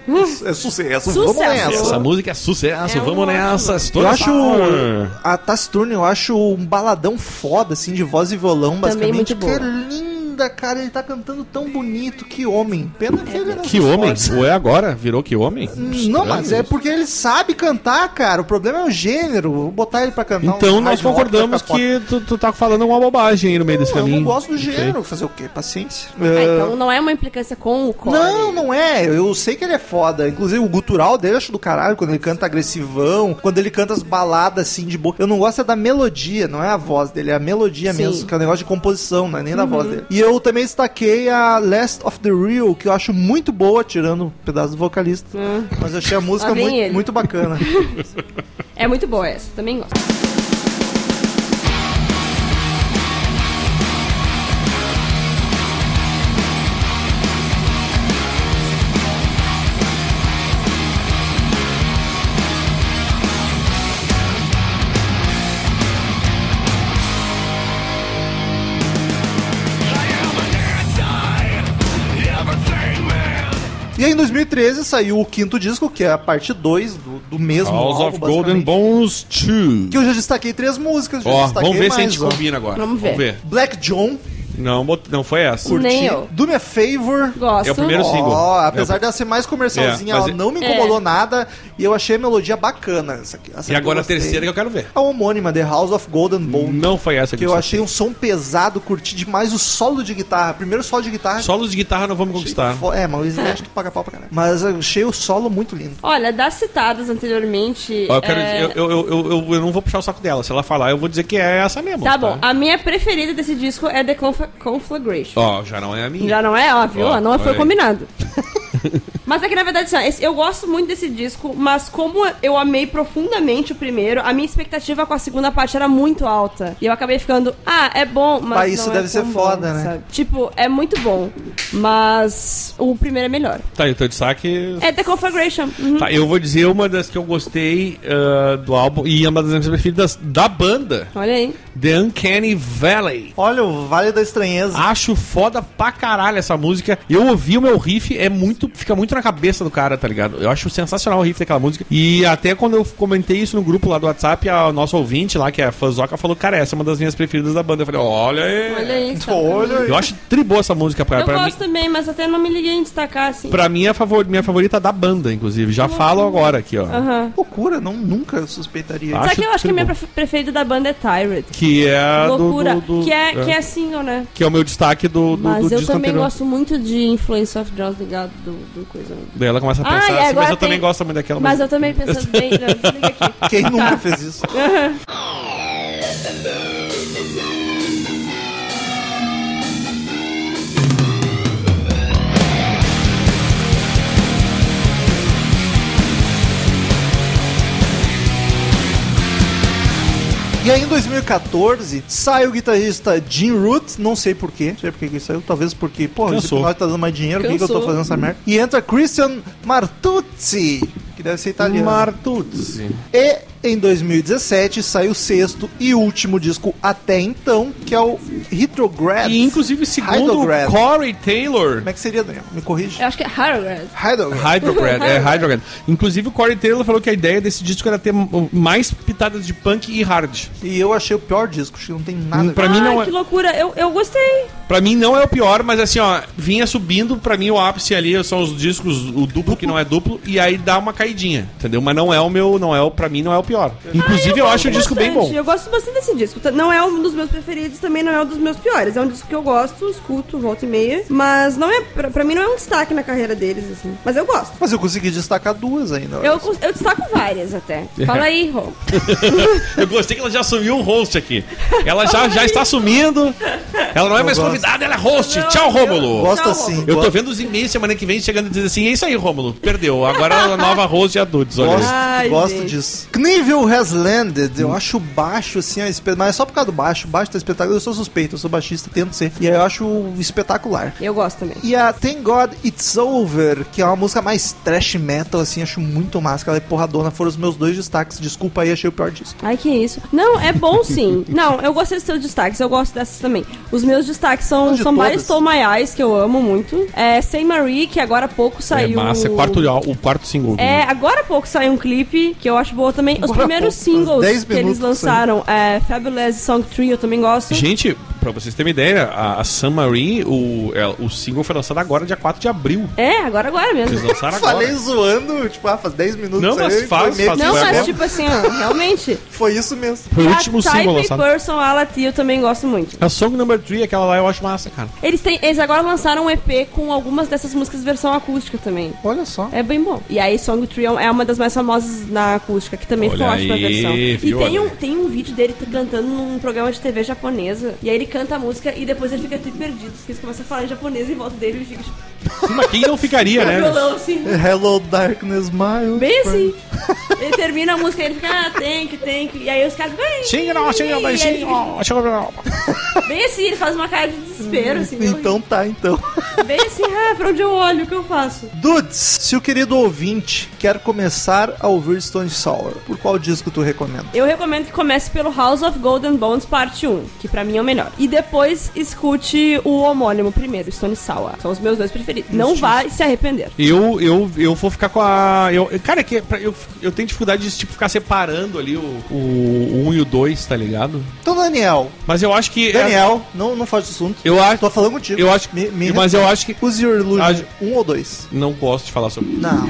É sucesso. Sucesso. Vamos nessa. Essa música é sucesso, É um vamos nessa. Eu Stone acho. Sour. A Taciturne, eu acho um baladão foda, assim, de voz e violão, Também basicamente. muito boa. Que é linda, cara. Ele tá cantando tão bonito. Que homem. Pena que ele não Que faz homem? força. Ou é agora? Virou que homem? Não, mas é porque ele sabe cantar, cara. O problema é o gênero. Vou botar ele pra cantar. Então um nós hard rock, concordamos vai ficar que tu, tu tá falando uma bobagem aí no meio desse foda. Não, eu caminho. não gosto do Não sei. gênero. Fazer o quê? Paciência. Ah, É, então não é uma implicância com o core. Não, não é. Eu sei que ele é foda. Inclusive, o gutural dele eu acho do caralho. Quando ele canta agressivão, quando ele canta as baladas assim de boa. Eu não gosto é da melodia, não é a voz dele, é a melodia Sim. Uhum. mesmo. Que é um negócio de composição, não é nem da voz dele. E eu também destaquei a Last of the Real, que eu acho muito boa, tirando um pedaço do vocalista. Mas eu achei a música Ah. Lá vem muito, ele. muito bacana. É muito boa essa, também gosto. e aí, em 2013, saiu o quinto disco, que é a parte 2 do, do mesmo House álbum, of Golden basicamente. Bones 2. Que tá eu já destaquei três músicas. Já Ó, destaquei vamos ver se a mais, gente ó. combina agora. Vamos ver. Black John, Não, bot- não foi essa. Curti. Nem eu. Do Me a Favor. Gosto. É o primeiro Ó, single. apesar É, dela ser mais comercialzinha, É, mas ela é- não me incomodou nada e eu achei a melodia bacana. Essa aqui, essa aqui E agora eu a gostei. terceira que eu quero ver. A homônima, The House of Golden Bone. Não foi essa Que eu achei um som pesado, curti demais o solo de guitarra. Primeiro solo de guitarra. Solos de guitarra não vamos conquistar. Fo- É, mas o Slash acho que paga pau pra caralho. Mas eu achei o solo muito lindo. Olha, das citadas anteriormente. Ó, Eu, quero é, dizer- eu, eu, eu, eu, eu não vou puxar o saco dela. Se ela falar, eu vou dizer que é essa mesmo. Tá bom, a minha preferida desse disco é The Conf- Conflagration. Ó, já não é a minha. Já não é óbvio, Ó, não olha foi aí. combinado. mas é que na verdade, assim, ó, esse- eu gosto muito desse disco, mas como eu amei profundamente o primeiro, a minha expectativa com a segunda parte era muito alta. E eu acabei ficando, ah, é bom, mas. Bah, isso não é deve tão ser bom", foda, né? sabe? Tipo, é muito bom, mas o primeiro é melhor. Tá, e o teu destaque... É The Conflagration. uhum. Tá, eu vou dizer uma das que eu gostei ah, do álbum e uma das minhas preferidas da banda, Olha aí. The Uncanny Valley. Olha o Vale da Estranheza. Acho foda pra caralho essa música. Eu ouvi o meu riff, é muito. Fica muito na cabeça do cara, tá ligado? Eu acho sensacional o riff daquela música. E até quando eu comentei isso no grupo lá do WhatsApp, a nossa ouvinte lá, que é a Fanzoca, falou: Cara, essa é uma das minhas preferidas da banda. Eu falei: Olha aí. Olha aí. sabe? Olha aí. Eu acho triboa essa música, cara. Eu Pra mim, gosto também, mas até não me liguei em destacar, assim. pra mim é a favor, minha favorita da banda, inclusive. Já falo agora aqui, ó. Aham. Loucura, não, nunca suspeitaria. Ah. Só Acho que eu acho que a minha tudo prefe- preferida da banda é Tyrant. Que é. do- Loucura. do- do- que, é, que é single, né? que é o meu destaque do, do, Mas do eu disco também anterior. Tá gosto muito de Influence of Jones ligado do, do coisa. coisa. Daí ela começa a Ah, pensar e assim, agora mas eu tem- também gosto muito daquela. Mas eu também penso bem. Não, desliga aqui. Quem nunca Tá. fez isso? E aí em 2014 sai o guitarrista Jim Root, não sei porquê, não sei porque que ele saiu, talvez porque, pô, esse Cansou. episódio tá dando mais dinheiro, por que, que eu tô Cansou. fazendo essa merda? E entra Christian Martuzzi, que deve ser italiano. Martuzzi. E em 2017 sai o sexto e último disco até então, que é o Retrograd. E inclusive, segundo Heidelberg. o Corey Taylor. Como é que seria, Daniel? Me corrige. Eu acho que é Harrogad. Heidelberg. Hydrograd, é Hydrograd. Inclusive o Corey Taylor falou que a ideia desse disco era ter mais pitadas de punk e hard. E eu achei o pior disco, acho que não tem nada. Pra mim não que é, loucura. Eu, eu gostei. pra mim não é o pior, mas assim, ó, vinha subindo, pra mim o ápice ali são os discos, o duplo que não é duplo e aí dá uma caidinha, entendeu? Mas não é o meu, não é o para mim não é o pior. Inclusive eu, acho o disco bem bom. Bastante. Eu gosto bastante desse disco. T- Não é um dos meus preferidos, também não é um dos meus piores. É um disco que eu gosto, escuto, volta e meia. Mas não é. Pra, pra mim não é um destaque na carreira deles, assim. Mas eu gosto. Mas eu consegui destacar duas ainda. olha Eu, só. cons- eu destaco várias até. Fala aí, Rô. Eu gostei que ela já assumiu o host aqui. Ela já, já está assumindo. Ela não é mais gosto. convidada, ela é host. Não, Tchau, eu- Rômulo. Gosto Tchau, assim. Eu tô gosto- vendo os e-mails semana que vem chegando e dizendo assim: é isso aí, Rômulo, perdeu. Agora a nova host é adultos. Olha. Gosto, aí. Ai, gosto gente. disso. Knivel Has Landed, Hum. eu acho baixo, assim, a espe- mas é só por causa do baixo. O baixo tá espetacular. Eu sou suspeito, eu sou baixista, tento ser. E aí eu acho espetacular. Eu gosto também. E a Thank God It's Over, que é uma música mais trash metal, assim, acho muito massa. que Ela é porradona, foram os meus dois destaques. Desculpa aí, achei o pior disco. Ai, que isso. Não, é bom sim. Não, eu gostei dos seus destaques, eu gosto dessas também. Os meus destaques são Não, de Somebody todas. Stole My Eyes, que eu amo muito. É Sem Marie, que agora há pouco saiu. É massa, é quarto, al- o quarto single. É, agora há pouco saiu um clipe que eu acho bom também. Os Agora há primeiros pouco, faz singles 10 que eles minutos que lançaram, é, Fabulous Song Tree, eu também gosto. Gente, pra vocês terem uma ideia, a, a Sam Marie, o, ela- o single foi lançado agora, dia 4 de abril. É, agora, agora Eles mesmo. lançaram agora. Falei zoando, tipo, ah, faz 10 minutos. Não, mas saiu, e faz, foi meio faz que Não, isso mas mesmo. tipo assim, ó, realmente. Foi isso mesmo. Foi o E a último Type single A lançado. Person Ala T, eu também gosto muito. A Song Number 3, aquela lá, eu acho massa, cara. Eles, têm, eles agora lançaram um EP com algumas dessas músicas versão acústica também. Olha só. É bem bom. E aí, Song Tree é uma das mais famosas na acústica, que também ficou Olha ótima a aí, versão. viu, e tem olha um, aí. tem um vídeo dele t- cantando num programa de TV japonesa. E aí ele canta a música e depois ele fica tudo perdido. Porque ele começa a falar em japonês em volta dele e fica tipo, Sim, mas quem não ficaria, com o né? violão assim. Hello Darkness, my old Bem friend. assim. Ele termina a música e ele fica, ah, tem que, tem que. E aí os caras ficam, "Ai". Xinga não, xinga E aí não, ele xinga fica, não, xinga não. Bem assim, ele faz uma cara de desespero, assim. Então tá, então. Bem assim, ah, pra onde eu olho, o que eu faço? Dudes, se o querido ouvinte quer começar a ouvir Stone Sour, por qual disco tu recomenda? Eu recomendo que comece pelo House of Golden Bones Parte 1, que pra mim é o melhor. E depois escute o homônimo primeiro, Stone Sour. São os meus dois preferidos. Não vai se arrepender. Eu, eu, eu vou ficar com a. Eu, cara, é que pra- eu, eu tenho dificuldade de tipo, ficar separando ali o, o 1 e o 2, tá ligado? Então, Daniel, Mas eu acho que. é, Daniel, não, não faz assunto. eu acho. Tô falando contigo. Eu acho Me- me Mas eu acho que. Use Your Illusion, Acho- um ou dois? Não gosto de falar sobre isso. Não.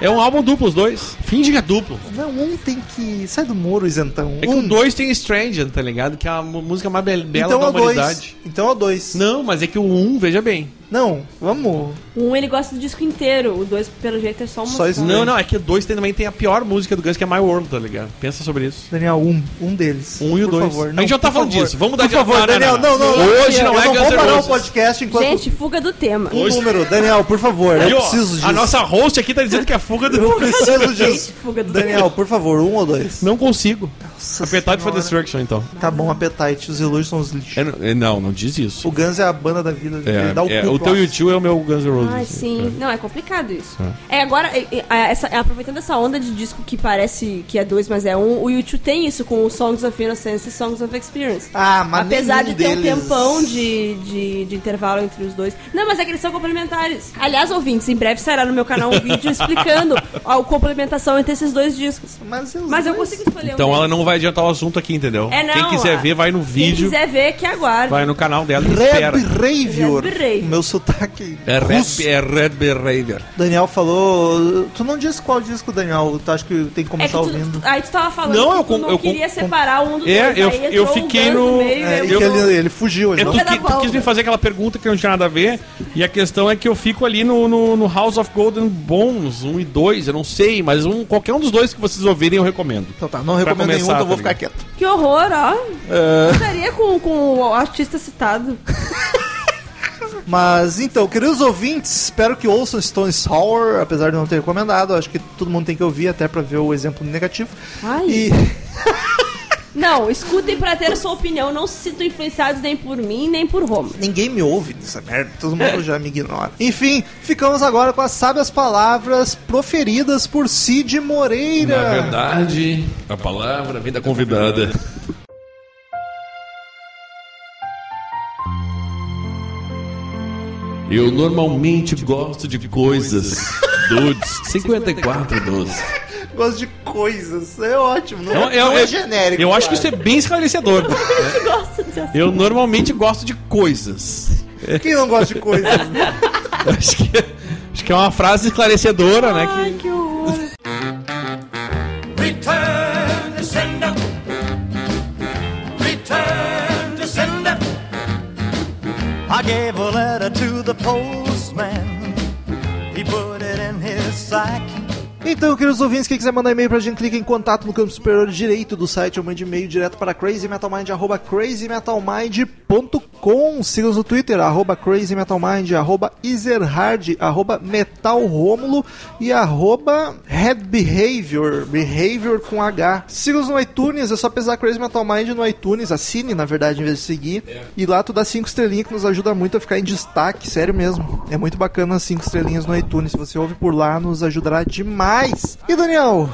É um álbum duplo, os dois. Finge que é duplo. Não, um tem que. Sai do muro, isentão. É que um. o 2 tem Stranger, tá ligado? Que é a mu- música mais be- bela então da é o humanidade. dois. Então é o dois. Não, mas é que o 1, um, veja bem. Não, vamos. Um, ele gosta do disco inteiro. O dois, pelo jeito, é só uma. Só isso Não, Sim. não, é que o 2 também tem a pior música do Guns, que é My World, tá ligado? Pensa sobre isso. Daniel, um. Um deles. Um e o Por dois. favor. A Não, gente já tá por falando favor. disso. Vamos mudar Por de favor, Daniel, não, não. Hoje não eu é não Guns vou N' parar o Roses. podcast enquanto. Gente, fuga do tema. um hoje- número. Daniel, por favor, E, eu ó, preciso disso. A nossa host aqui tá dizendo que é fuga do. Eu preciso Gente, disso. fuga do Daniel, por favor, um ou dois? Não consigo. Nossa Appetite for senhora. Destruction, então. Tá bom, Appetite. Os Illusion são os lixos. É, não- é, não, não diz isso. O Guns é a banda da vida. É, ele dá o é, cu o pro teu ar. YouTube é o meu Guns N' Roses. Ah, sim. Não, é complicado isso. É, agora, é, é, é, essa- é, aproveitando essa onda de disco que parece que é dois, mas é um, o YouTube tem isso com os Songs of Innocence e Songs of Experience. Ah, mas Apesar de nenhum ter um deles- tempão de, de, de intervalo entre os dois. Não, mas é que eles são complementares. Aliás, ouvintes, em breve será no meu canal um vídeo explicando a complementação entre esses dois discos. Mas, os Mas eu dois- consigo escolher um Então ela deles. não vai adiantar o assunto aqui, entendeu? É, não, Quem quiser a- ver, vai no Quem vídeo, quiser ver, que aguarde. vai no canal dela e espera. Red Ravior. Red Ravior. Meu sotaque. É russo. Red, é Red Behavior. Daniel falou. Tu não disse qual disco, Daniel. Tu acha que tem que É que começar Tá ouvindo? tu, aí tu tava falando Não, que eu tu com- não eu com- queria separar um do É, dois, eu- aí eu entrou um fiquei ganso no- meio, É, eu e que ele, ele fugiu hoje, É, não? tu, Filha da que- tu Paula. quis me fazer aquela pergunta que não tinha nada a ver, e a questão é que eu fico ali no, no, no House of Golden Bones 1 e 2, eu não sei, mas um, qualquer um dos dois que vocês ouvirem eu recomendo. Então tá, não recomendo começar, nenhum, então eu vou tá ficar ligado? quieto. Que horror, ó. É. Estaria com, com o artista citado. Mas então, queridos ouvintes, espero que ouçam Stone Sour, apesar de não ter recomendado. Acho que todo mundo tem que ouvir, até pra ver o exemplo negativo. Ai. E Não, escutem pra ter sua opinião. Não se sintam influenciados nem por mim, nem por Roma. ninguém me ouve nessa merda, todo mundo já me ignora. Enfim, ficamos agora com as sábias palavras proferidas por Cid Moreira. é verdade, a palavra vem da convidada. Eu normalmente gosto de coisas dudes 54 doce. Gosto de coisas, é ótimo. Não, Eu, é- eu, não é eu- genérico. eu acho que isso é bem esclarecedor. né? Gosto de assim. Eu normalmente gosto de coisas. é... Quem não gosta de coisas? né? Acho que, acho que é uma frase esclarecedora, né? Ai, que- que horror. Return to sender. Return to sender. I gave a letter to the postman. He put it in his sack. Então, queridos ouvintes, quem quiser mandar e-mail pra gente, clica em contato no campo superior direito do site ou mande e-mail direto para crazymetalmind, arroba crazymetalmind.com. Siga-nos no Twitter, arroba crazymetalmind, arroba ezerhard, arroba metalromulo e arroba headbehavior, behavior com H. Siga-nos no iTunes, é só pesar Crazy Metal Mind no iTunes, assine, na verdade, em vez de seguir. E lá tu dá cinco estrelinhas que nos ajuda muito a ficar em destaque, sério mesmo. É muito bacana as cinco estrelinhas no iTunes. Se você ouve por lá, nos ajudará demais. E Daniel,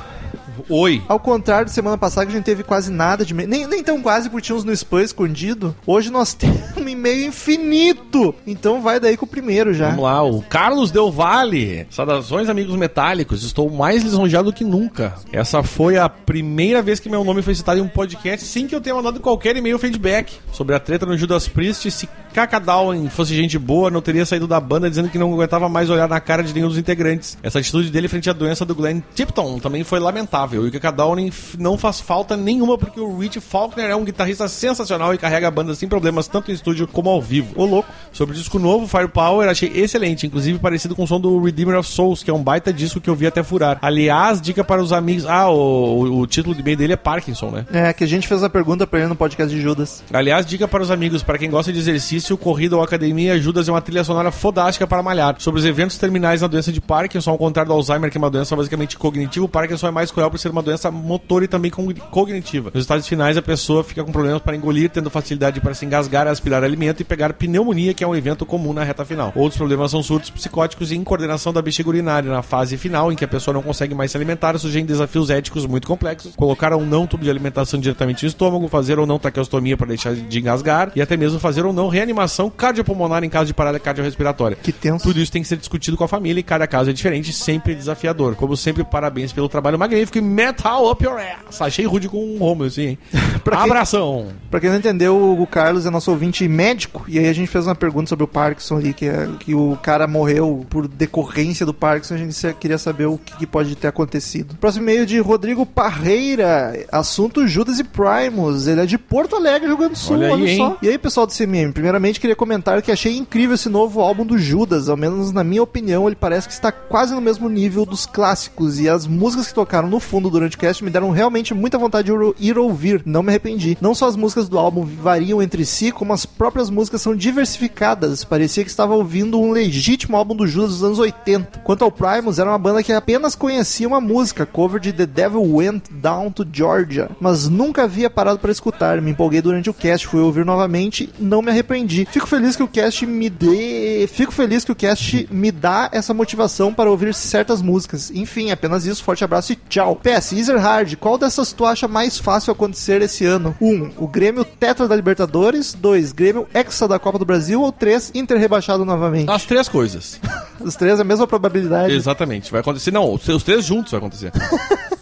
Oi. ao contrário de semana passada, que a gente teve quase nada de e-mail. Nem, nem tão quase, porque tínhamos no spam escondido. Hoje nós temos um e-mail infinito. Então vai daí com o primeiro já. Vamos lá, o Carlos Del Valle. Saudações, amigos metálicos. Estou mais lisonjeado do que nunca. Essa foi a primeira vez que meu nome foi citado em um podcast sem que eu tenha mandado qualquer e-mail feedback sobre a treta no Judas Priest. Se Cacadawin fosse gente boa, não teria saído da banda dizendo que não aguentava mais olhar na cara de nenhum dos integrantes. Essa atitude dele frente à doença do Glenn Tipton também foi lamentável. E o Cacadawin não faz falta nenhuma porque o Rich Faulkner é um guitarrista sensacional e carrega a banda sem problemas tanto em estúdio como ao vivo. Ô louco. Sobre o disco novo, Firepower, achei excelente, inclusive parecido com o som do Redeemer of Souls, que é um baita disco que eu vi até furar. Aliás, dica para os amigos. Ah, o, o- o título de meio dele é Parkinson, né? É, que a gente fez a pergunta pra ele no podcast de Judas. Aliás, dica para os amigos, para quem gosta de exercício, corrida ou academia, Judas é uma trilha sonora fodástica para malhar. Sobre os eventos terminais na doença de Parkinson, ao contrário do Alzheimer, que é uma doença basicamente cognitiva, o Parkinson é mais cruel por ser uma doença motor e também cogn- cognitiva. Nos estados finais, a pessoa fica com problemas para engolir, tendo facilidade para se engasgar, aspirar alimento e pegar pneumonia, que é um evento comum na reta final. Outros problemas são surtos psicóticos e incoordenação da bexiga urinária. Na fase final, em que a pessoa não consegue mais se alimentar, surgem desafios éticos muito complexos, colocar ou não tubo de alimentação diretamente no estômago, fazer ou não traqueostomia para deixar de engasgar, e até mesmo fazer ou não reanimação cardiopulmonar em caso de parada cardiorrespiratória. Que tenso. Tudo isso tem que ser discutido com a família e cada caso é diferente, sempre desafiador. Como sempre, parabéns pelo trabalho magnífico e metal up your ass. Achei rude com o Romulo, assim, hein? Pra quem- Abração! Pra quem não entendeu, o Carlos é nosso ouvinte médico, e aí a gente fez uma pergunta sobre o Parkinson ali, que, é, que o cara morreu por decorrência do Parkinson, a gente se- queria saber o que, que pode ter acontecido. Próximo e-mail de Rodrigo Parreira, assunto Judas e Primus, ele é de Porto Alegre, Rio Grande do Sul, Olha olha, aí, hein? só. E aí, pessoal do CMM, primeiramente queria comentar que achei incrível esse novo álbum do Judas, ao menos na minha opinião, ele parece que está quase no mesmo nível dos clássicos, e as músicas que tocaram no fundo durante o cast me deram realmente muita vontade de ir- ir ouvir, não me arrependi. Não só as músicas do álbum variam entre si, como as próprias músicas são diversificadas, parecia que estava ouvindo um legítimo álbum do Judas dos anos 80. Quanto ao Primus, era uma banda que apenas conhecia uma música, cover de The Devil Went Down to Georgia, mas nunca havia parado para escutar, me empolguei durante o cast, fui ouvir novamente, não me arrependi. Fico feliz que o cast me dê, fico feliz que o cast me dá essa motivação para ouvir certas músicas. Enfim, apenas isso, forte abraço e tchau. PS, Ezerhard, qual dessas tu acha mais fácil acontecer esse ano? 1. Um, o Grêmio Tetra da Libertadores, 2. Grêmio Hexa da Copa do Brasil ou 3. Inter rebaixado novamente. As três coisas. Os três, a mesma probabilidade. Exatamente, vai acontecer. Não, os os três juntos vai acontecer.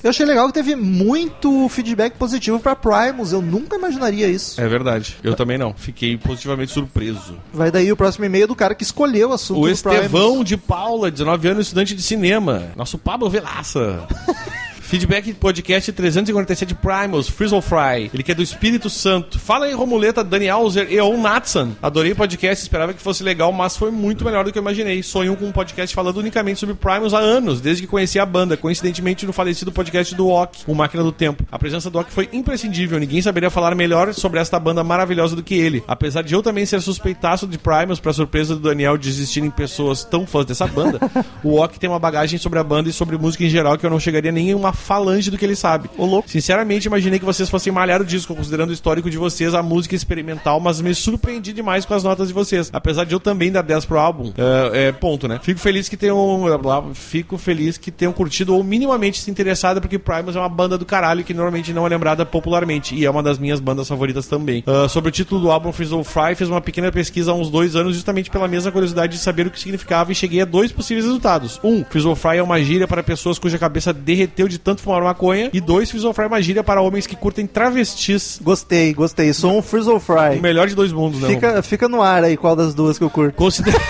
Eu achei legal que teve muito feedback positivo pra Primus. Eu nunca imaginaria isso. É verdade. Eu também não. Fiquei positivamente surpreso. Vai daí o próximo e-mail do cara que escolheu o assunto O do Estevão Primus. de Paula, 19 anos, estudante de cinema. Nosso Pablo Velaça. Feedback podcast 347 Primals, Frizzle Fry. Ele que é do Espírito Santo. Fala aí, Romuleta, Dani Alzer e On Natsan. Adorei o podcast, esperava que fosse legal, mas foi muito melhor do que eu imaginei. Sonho com um podcast falando unicamente sobre Primals há anos, desde que conheci a banda, coincidentemente no falecido podcast do Ock, o Máquina do Tempo. A presença do Ock foi imprescindível, ninguém saberia falar melhor sobre esta banda maravilhosa do que ele. Apesar de eu também ser suspeitaço de Primals, pra surpresa do Daniel de existirem pessoas tão fãs dessa banda, o Ock tem uma bagagem sobre a banda e sobre música em geral que eu não chegaria nem em uma falange do que ele sabe. Ô louco. Sinceramente, imaginei que vocês fossem malhar o disco, considerando o histórico de vocês, a música experimental, mas me surpreendi demais com as notas de vocês. Apesar de eu também dar 10 pro álbum. É, é, ponto, né? Fico feliz que tenham. blá, blá, Fico feliz que tenham curtido ou minimamente se interessado, porque Primus é uma banda do caralho que normalmente não é lembrada popularmente. E é uma das minhas bandas favoritas também. Ah, sobre o título do álbum Frizzle Fry, fiz uma pequena pesquisa há uns dois anos, justamente pela mesma curiosidade de saber o que significava, e cheguei a dois possíveis resultados. Um, Frizzle Fry é uma gíria para pessoas cuja cabeça derreteu de tanto fumar maconha. E dois, Frizzle Fry é uma gíria para homens que curtem travestis. Gostei, gostei. Sou um Frizzle O Fry. melhor de dois mundos, né? Fica, fica no ar aí qual das duas que eu curto. Consider...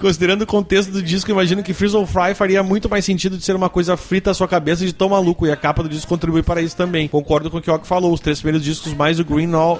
Considerando o contexto do disco, imagino que Freeze or Fry faria muito mais sentido de ser uma coisa frita à sua cabeça de tão maluco, e a capa do disco contribui para isso também. Concordo com o que o Og falou, os três primeiros discos mais o Green No-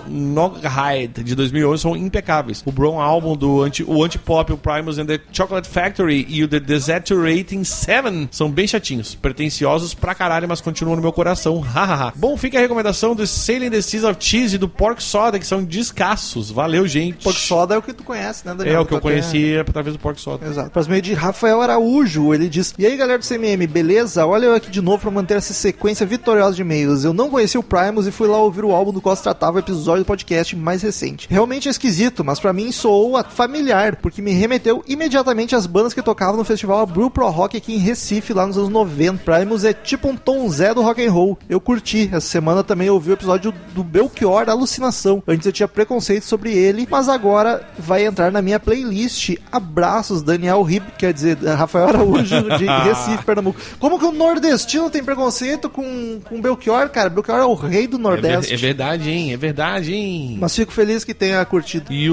Noghide de 2011 são impecáveis. O Brown Album, do anti... o Antipop, o Primus and the Chocolate Factory e o The Desaturating Seven são bem chatinhos, pretenciosos pra caralho, mas continuam no meu coração, hahaha. Bom, fica a recomendação do Sailing the Seas of Cheese e do Pork Soda, que são descassos. Valeu, gente. Pork Soda é o que tu conhece, né, Daniel? É, o que eu Tu até- conheci é através do Pork Soda. Exato. Próximo meio de Rafael Araújo, ele diz: E aí galera do CMM, beleza? Olha eu aqui de novo pra manter essa sequência vitoriosa de e-mails. Eu não conheci o Primus e fui lá ouvir o álbum do qual se tratava o episódio do podcast mais recente. Realmente é esquisito, mas pra mim soou a- familiar, porque me remeteu imediatamente às bandas que tocavam no festival Abril Pro Rock aqui em Recife, lá nos anos 90. Primus é tipo um Tom Zé do rock and roll. Eu curti. Essa semana também ouvi o episódio do Belchior Alucinação. Antes eu tinha preconceito sobre ele, mas agora vai entrar na minha playlist. Abraços, Daniel Rib, quer dizer, eh, Rafael Araújo de Recife, Pernambuco. Como que o nordestino tem preconceito com, com Belchior, cara? Belchior é o rei do É, ver- Nordeste. é verdade, hein? É verdade, hein? Mas fico feliz que tenha curtido. E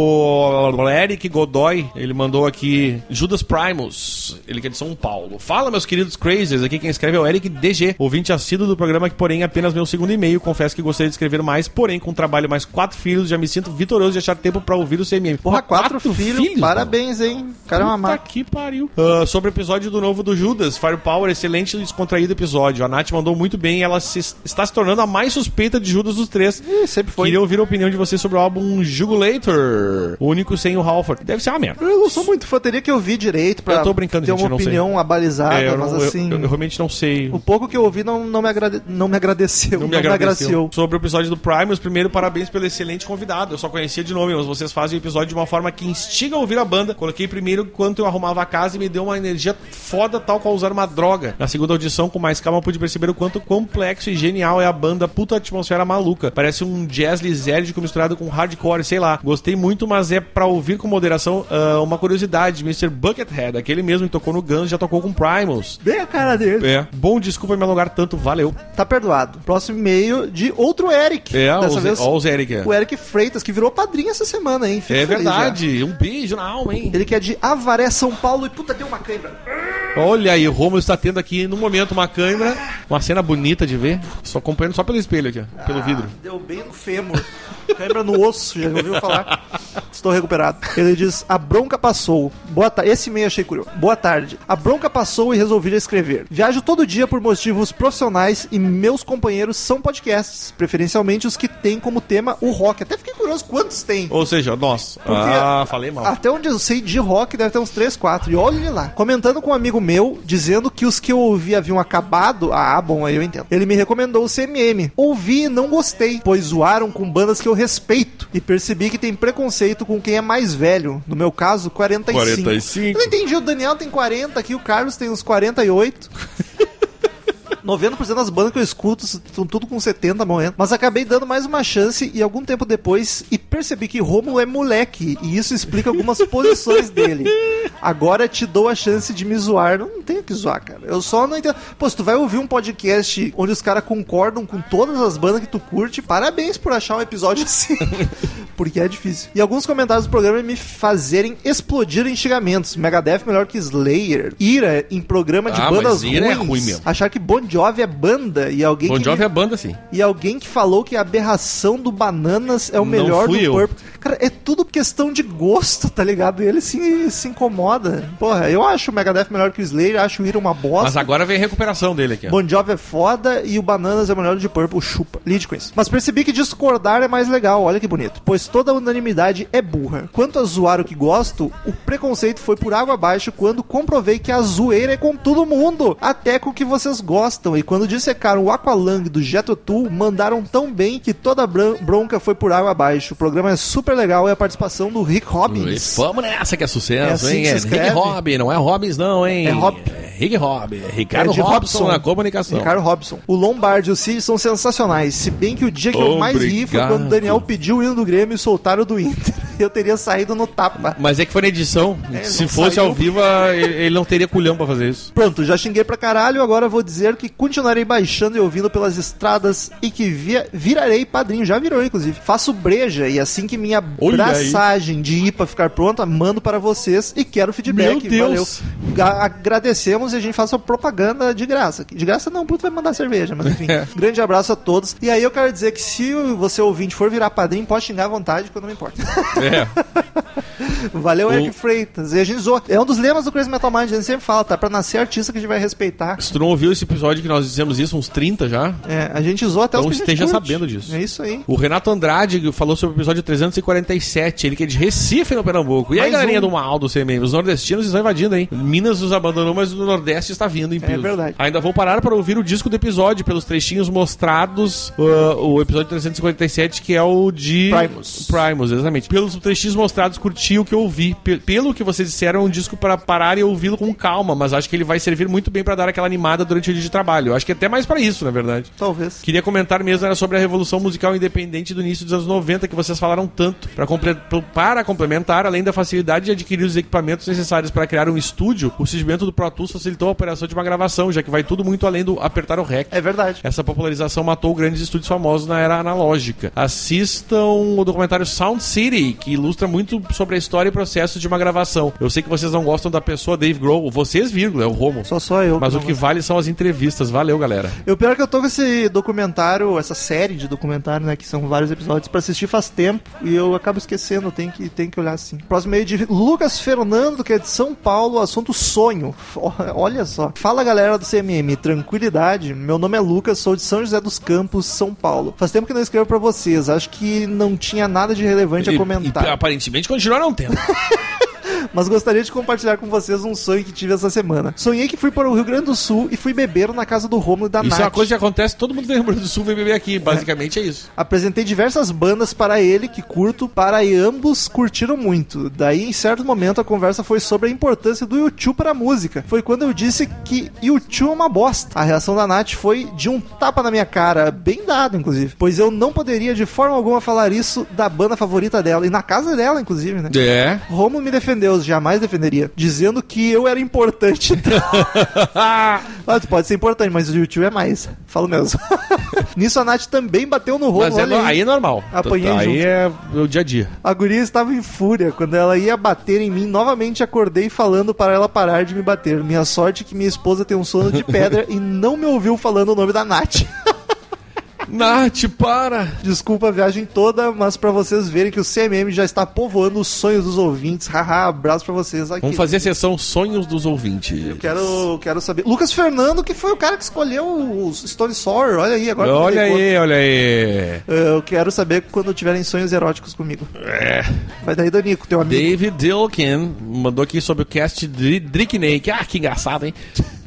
o Eric Godoy, ele mandou aqui Judas Primus, ele que é de São Paulo. Fala, meus queridos crazies, aqui quem escreve é o Eric DG, ouvinte assíduo do programa, que porém é apenas meu segundo e-mail. Confesso que gostaria de escrever mais, porém com trabalho mais quatro filhos, já me sinto vitorioso de achar tempo pra ouvir o CMM. Porra, quatro, filhos, parabéns, hein? O cara é uma Puta máquina. que pariu. Ah, sobre o episódio do novo do Judas, Firepower, excelente e descontraído episódio. A Nath mandou muito bem, ela se- está se tornando a mais suspeita de Judas dos três. Ih, sempre foi. Queria ouvir a opinião de vocês sobre o álbum Jugulator, o único sem o Halford. Deve ser uma merda. Eu não sou muito fã, teria que ouvir direito pra Eu tô brincando, ter gente, eu uma não sei. opinião abalizada, É, eu, mas não- eu- assim. eu- eu realmente não sei. O pouco que eu ouvi não, não, me, agrade... não me agradeceu. Não me agradeceu. Sobre o episódio do Primus, primeiro, parabéns pelo excelente convidado. Eu só conhecia de nome, mas vocês fazem o episódio de uma forma que instiga a ouvir a banda. Coloquei primeiro enquanto eu arrumava a casa e me deu uma energia foda, tal qual usar uma droga. Na segunda audição, com mais calma, pude perceber o quanto complexo e genial é a banda. Puta atmosfera maluca. Parece um jazz lisérgico misturado com hardcore, sei lá. Gostei muito, mas é pra ouvir com moderação ah, uma curiosidade. Mr. Buckethead, aquele mesmo que tocou no Guns, já tocou com Primus. Bem a cara dele. É. Bom, desculpa me alongar tanto, valeu. Tá perdoado. Próximo e-mail de outro Eric. É, ó Dessa o Zé- vez ó o Zé Eric. o Eric Freitas, que virou padrinho essa semana, hein? Fico É feliz verdade. Um beijo na alma, hein? já. Ele que é de Avaré, São Paulo. E puta, deu uma câimbra. Olha aí, o Romulo está tendo aqui, no momento, uma câimbra. Uma cena bonita de ver. Só acompanhando só pelo espelho aqui, ó, Ah. pelo vidro. Deu bem no fêmur. câimbra no osso, já ouviu falar. Estou recuperado. Ele diz: A bronca passou. Boa tarde. Esse e-mail achei curioso. Boa tarde. A bronca passou e resolvi escrever. Viajo todo dia por motivos profissionais e meus companheiros são podcasts, preferencialmente os que têm como tema o rock. Até fiquei curioso quantos tem. Ou seja, nossa. Ah, falei mal. Até onde eu sei de rock deve ter uns 3, 4. E olha lá. Comentando com um amigo meu, dizendo que os que eu ouvi haviam acabado. Ah, bom, aí eu entendo. Ele me recomendou o CMM. Ouvi e não gostei, pois zoaram com bandas que eu respeito. E percebi que tem preconceito com quem é mais velho. No meu caso, 45. 45. Eu não entendi. O Daniel tem 40 aqui, o Carlos tem uns 48. 90% das bandas que eu escuto estão tudo com 70 morrendo. Mas acabei dando mais uma chance e algum tempo depois e percebi que Rômulo é moleque. E isso explica algumas posições dele. Agora te dou a chance de me zoar. Não tenho que zoar, cara. Eu só não entendo. Pô, se tu vai ouvir um podcast onde os caras concordam com todas as bandas que tu curte, parabéns por achar um episódio assim. Porque é difícil. E alguns comentários do programa me fazerem explodir em xingamentos. Megadeth melhor que Slayer. Ira em programa de Ah, mas bandas Ira é ruins. ruim mesmo. Achar que Bon Jovi é banda e alguém Bon que Jovi é banda, sim. e alguém que falou que a aberração do Bananas é o Não melhor do fui eu. Purple. Cara, é tudo questão de gosto, tá ligado? Ele se, se incomoda. Porra, eu acho o Megadeth melhor que o Slayer, acho o Ira uma bosta. Mas agora vem a recuperação dele aqui, ó. Bon Jovi é foda e o Bananas é o melhor de Purple, chupa. Lide com isso. Mas percebi que discordar é mais legal, olha que bonito. Pois toda unanimidade é burra. Quanto a zoar o que gosto, o preconceito foi por água abaixo quando comprovei que a zoeira é com todo mundo, até com o que vocês gostam. E quando dissecaram o Aqualung do Jet Tool, mandaram tão bem que toda a bran- bronca foi por água abaixo. O programa é super legal e a participação do Rick Robbins. Vamos nessa que é sucesso, É assim hein? que se É escreve? Rick Robbins, não é Robbins, não, hein? É Rob. Rick Robbins. Ricardo É de Robson, Robson. na comunicação. Ricardo Robson. O Lombardi e o Cid são sensacionais. Se bem que o dia que eu mais ri foi Obrigado. quando o Daniel pediu o hino do Grêmio e soltaram o do Inter. Eu teria saído no tapa. Mas é que foi na edição. É, Se não fosse saiu. ao vivo, a- ele ele não teria culhão pra fazer isso. Pronto, já xinguei pra caralho, agora vou dizer que continuarei baixando e ouvindo pelas estradas e que via- virarei padrinho, já virou inclusive. Faço breja e assim que minha Olha braçagem de IPA ficar pronta, mando para vocês e quero feedback. Meu Deus. Valeu. Ga- agradecemos e a gente faz uma propaganda de graça. De graça não, puto vai mandar cerveja, mas enfim. É. Grande abraço a todos. E aí eu quero dizer que se você ouvinte for virar padrinho, pode xingar à vontade, que eu não me importo. É. Valeu, O- Eric Freitas. E a gente zoa. É um dos lemas do Crazy Metal Mind, a gente sempre fala, tá? Pra nascer artista que a gente vai respeitar. Se tu não ouviu esse episódio que nós dizemos isso, uns 30 já, É, a gente usou até Então os que a gente esteja curte. sabendo disso. É isso aí. O Renato Andrade falou sobre o episódio 347, ele que é de Recife, no Pernambuco. E aí, Mais galerinha um. do Mal do CMM, os nordestinos estão invadindo, hein? Minas os abandonou, mas o Nordeste está vindo em peso. É verdade. Ainda vão parar para ouvir o disco do episódio, pelos trechinhos mostrados, uh, o episódio 357, que é o de... Primus. Primus, exatamente. Pelos trechinhos mostrados, curti o que eu ouvi. Pe- pelo que vocês disseram, é um disco para parar e ouvi-lo com calma, mas acho que ele vai servir muito bem para dar aquela animada durante o dia de trabalho. Eu acho que até mais para isso, na verdade. Talvez. Queria comentar mesmo era sobre a revolução musical independente do início dos anos 90 que vocês falaram tanto. Pra comple- pro- para complementar, além da facilidade de adquirir os equipamentos necessários para criar um estúdio, o surgimento do Pro Tools facilitou a operação de uma gravação, já que vai tudo muito além do apertar o rec. É verdade. Essa popularização matou grandes estúdios famosos na era analógica. Assistam o documentário Sound City, que ilustra muito sobre a história e processo de uma gravação. Eu sei que vocês não gostam da pessoa Dave Grohl, vocês, vírgula, é o Romo. Só só eu. Mas o não que vale são as entrevistas. Valeu, galera. Eu pior é que eu tô com esse documentário, essa série de documentário, né? Que são vários episódios pra assistir faz tempo e eu acabo esquecendo, tem que, tem que olhar assim. Próximo meio de Lucas Fernando, que é de São Paulo, assunto sonho. Ó, Olha só. Fala galera do CMM, tranquilidade. Meu nome é Lucas, sou de São José dos Campos, São Paulo. Faz tempo que não escrevo pra vocês, acho que não tinha nada de relevante a comentar. E, e aparentemente continua não tendo. mas gostaria de compartilhar com vocês um sonho que tive essa semana. Sonhei que fui para o Rio Grande do Sul e fui beber na casa do Romulo e da Isso Nath. é uma coisa que acontece, todo mundo do Rio Grande do Sul vem beber aqui. Basicamente é isso. Apresentei diversas bandas para ele que curto, para e ambos curtiram muito. Daí, em certo momento, a conversa foi sobre a importância do YouTube para a música. Foi quando eu disse que YouTube é uma bosta. A reação da Nath foi de um tapa na minha cara, bem dado, inclusive. Pois eu não poderia de forma alguma falar isso da banda favorita dela, e na casa dela, inclusive, né? É. Romo me defendeu, jamais defenderia, dizendo que eu era importante. Ah, tu pode ser importante, mas o YouTube é mais. Falo mesmo. Nisso a Nath também bateu no Mas Romo. é, olha no- aí é normal. Apanhei aí junto. é o dia a dia. A guria estava em fúria. Quando ela ia bater em mim, novamente acordei falando para ela parar de me bater. Minha sorte é que minha esposa tem um sono de pedra e não me ouviu falando o nome da Nath. Nath, para! Desculpa a viagem toda, mas para vocês verem que o CMM já está povoando os sonhos dos ouvintes. Haha, abraço para vocês aqui. Vamos fazer a sessão Sonhos dos Ouvintes. Quero, quero saber. Lucas Fernando, que foi o cara que escolheu o Stone Sour. Olha aí, agora que eu Olha dei conta. aí, olha aí. Eh, Eu quero saber quando tiverem sonhos eróticos comigo. É. Vai daí, Danico, teu amigo. David Dilkin mandou aqui sobre o cast de Drick Nake. Ah, que engraçado, hein?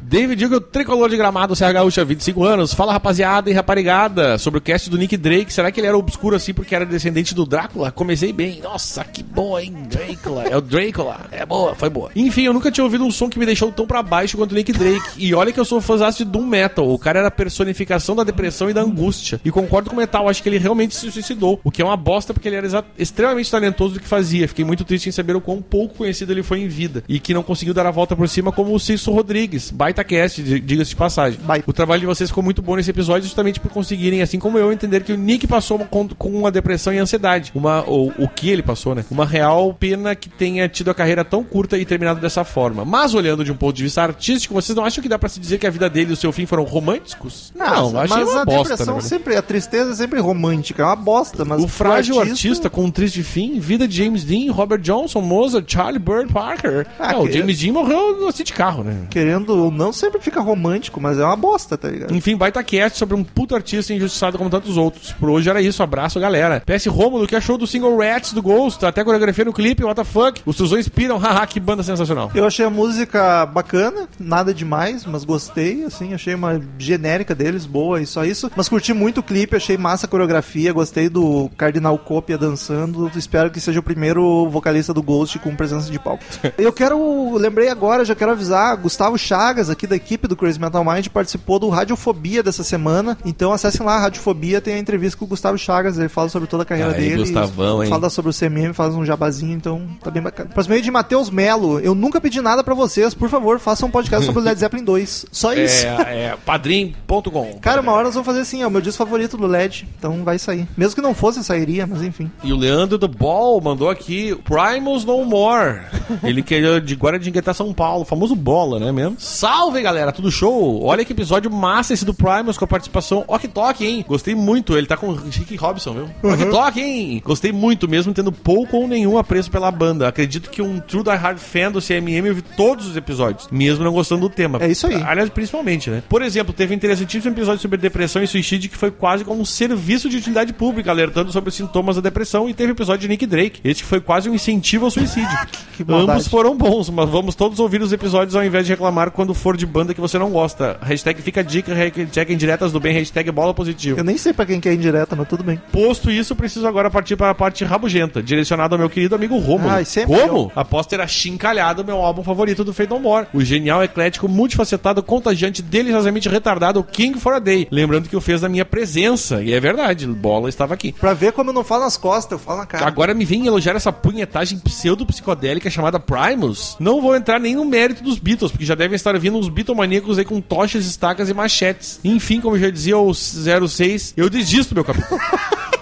David Eagle, tricolor de gramado, Serra Gaúcha, 25 anos. Fala rapaziada e raparigada sobre o cast do Nick Drake. Será que ele era obscuro assim porque era descendente do Drácula? Comecei bem. Nossa, que boa, hein? Drácula. É o Drácula. É boa, foi boa. Enfim, eu nunca tinha ouvido um som que me deixou tão pra baixo quanto o Nick Drake. E olha que eu sou fãzão de Doom Metal. O cara era a personificação da depressão e da angústia. E concordo com o Metal, acho que ele realmente se suicidou. O que é uma bosta porque ele era exa- extremamente talentoso do que fazia. Fiquei muito triste em saber o quão pouco conhecido ele foi em vida. E que não conseguiu dar a volta por cima como o Cício Rodrigues. Baita cast, di- diga-se de passagem. Baita. O trabalho de vocês ficou muito bom nesse episódio, justamente por conseguirem, assim como eu, entender que o Nick passou uma- com, com uma depressão e ansiedade. Uma, ou o que ele passou, né? Uma real pena que tenha tido a carreira tão curta e terminado dessa forma. Mas olhando de um ponto de vista artístico, vocês não acham que dá pra se dizer que a vida dele e o seu fim foram românticos? Não, eu Ah, mas, achei a uma bosta, depressão né? sempre, a tristeza é sempre romântica, é uma bosta, mas o frágil artista... com um triste fim, vida de James Dean, Robert Johnson, Mozart, Charlie Bird Parker. Ah, é, o que- James Dean morreu assim de carro, né? querendo ou não sempre fica romântico, mas é uma bosta, tá ligado? Enfim, baita cast sobre um puto artista injustiçado como tantos outros. Por hoje era isso, abraço galera. PS Romulo, que achou do single Rats do Ghost? Até coreografia no clipe, what the fuck? Os Suzões piram, haha, que banda sensacional. Eu achei a música bacana, nada demais, mas gostei, assim, achei uma genérica deles, boa e só isso. Mas curti muito o clipe, achei massa a coreografia, gostei do Cardinal Copia dançando. Espero que seja o primeiro vocalista do Ghost com presença de palco. Eu quero, lembrei agora, já quero avisar, Gustavo Chagas, aqui da equipe do Crazy Metal Mind, participou do Radiofobia dessa semana. Então acessem lá, Radiofobia, tem a entrevista com o Gustavo Chagas, ele fala sobre toda a carreira Aí, dele. Gustavão, hein? Fala tá sobre o CMM, faz um jabazinho, então tá bem bacana. Próximo e-mail de Matheus Melo. Eu nunca pedi nada pra vocês, por favor, façam um podcast sobre o Led Zeppelin 2. Só isso. É, é padrim.com. Cara, uma hora nós vamos fazer assim, é o meu disco favorito do LED, então vai sair. Mesmo que não fosse, sairia, mas enfim. E o Leandro do Ball mandou aqui Primals No More. Ele que é de Guaradinguetá, São Paulo. Famoso bola, né mesmo? Salve, galera. Tudo show? Olha que episódio massa esse do Primals com a participação Ok Tok, hein? Gostei muito. Ele tá com o Rick Robson, viu? Ok Uhum. Tok, hein? Gostei muito, mesmo tendo pouco ou nenhum apreço pela banda. Acredito que um True Die Hard fan do CMM ouvi todos os episódios, mesmo não gostando do tema. É isso aí. Aliás, principalmente, né? Por exemplo, teve um interessantíssimo episódio sobre depressão e suicídio que foi quase como um serviço de utilidade pública, alertando sobre os sintomas da depressão, e teve o episódio de Nick Drake. Este que foi quase um incentivo ao suicídio. Que maldade. Ambos foram bons, mas vamos todos ouvir os episódios ao invés de reclamar quando for de banda que você não gosta. Hashtag fica a dica, hashtag indiretas do bem, hashtag bola positivo. Eu nem sei pra quem que é indireta, mas tudo bem. Posto isso, preciso agora partir para a parte rabugenta, direcionada ao meu querido amigo Romo. Ai, sempre Como? Após ter achincalhado meu álbum favorito do Fade No More, o genial, eclético, multifacetado, contagiante, deliciosamente retardado King for a Day. Lembrando que o fez na minha presença, e é verdade, bola estava aqui. Pra ver como eu não falo nas costas, eu falo na cara. Agora me vem elogiar essa punhetagem pseudo-psicodélica chamada Primus? Não vou entrar nem no mérito dos Beatles, porque já devem estar vindo uns bitomaníacos aí com tochas, estacas e machetes. Enfim, como já dizia o 06, eu desisto, meu capitão.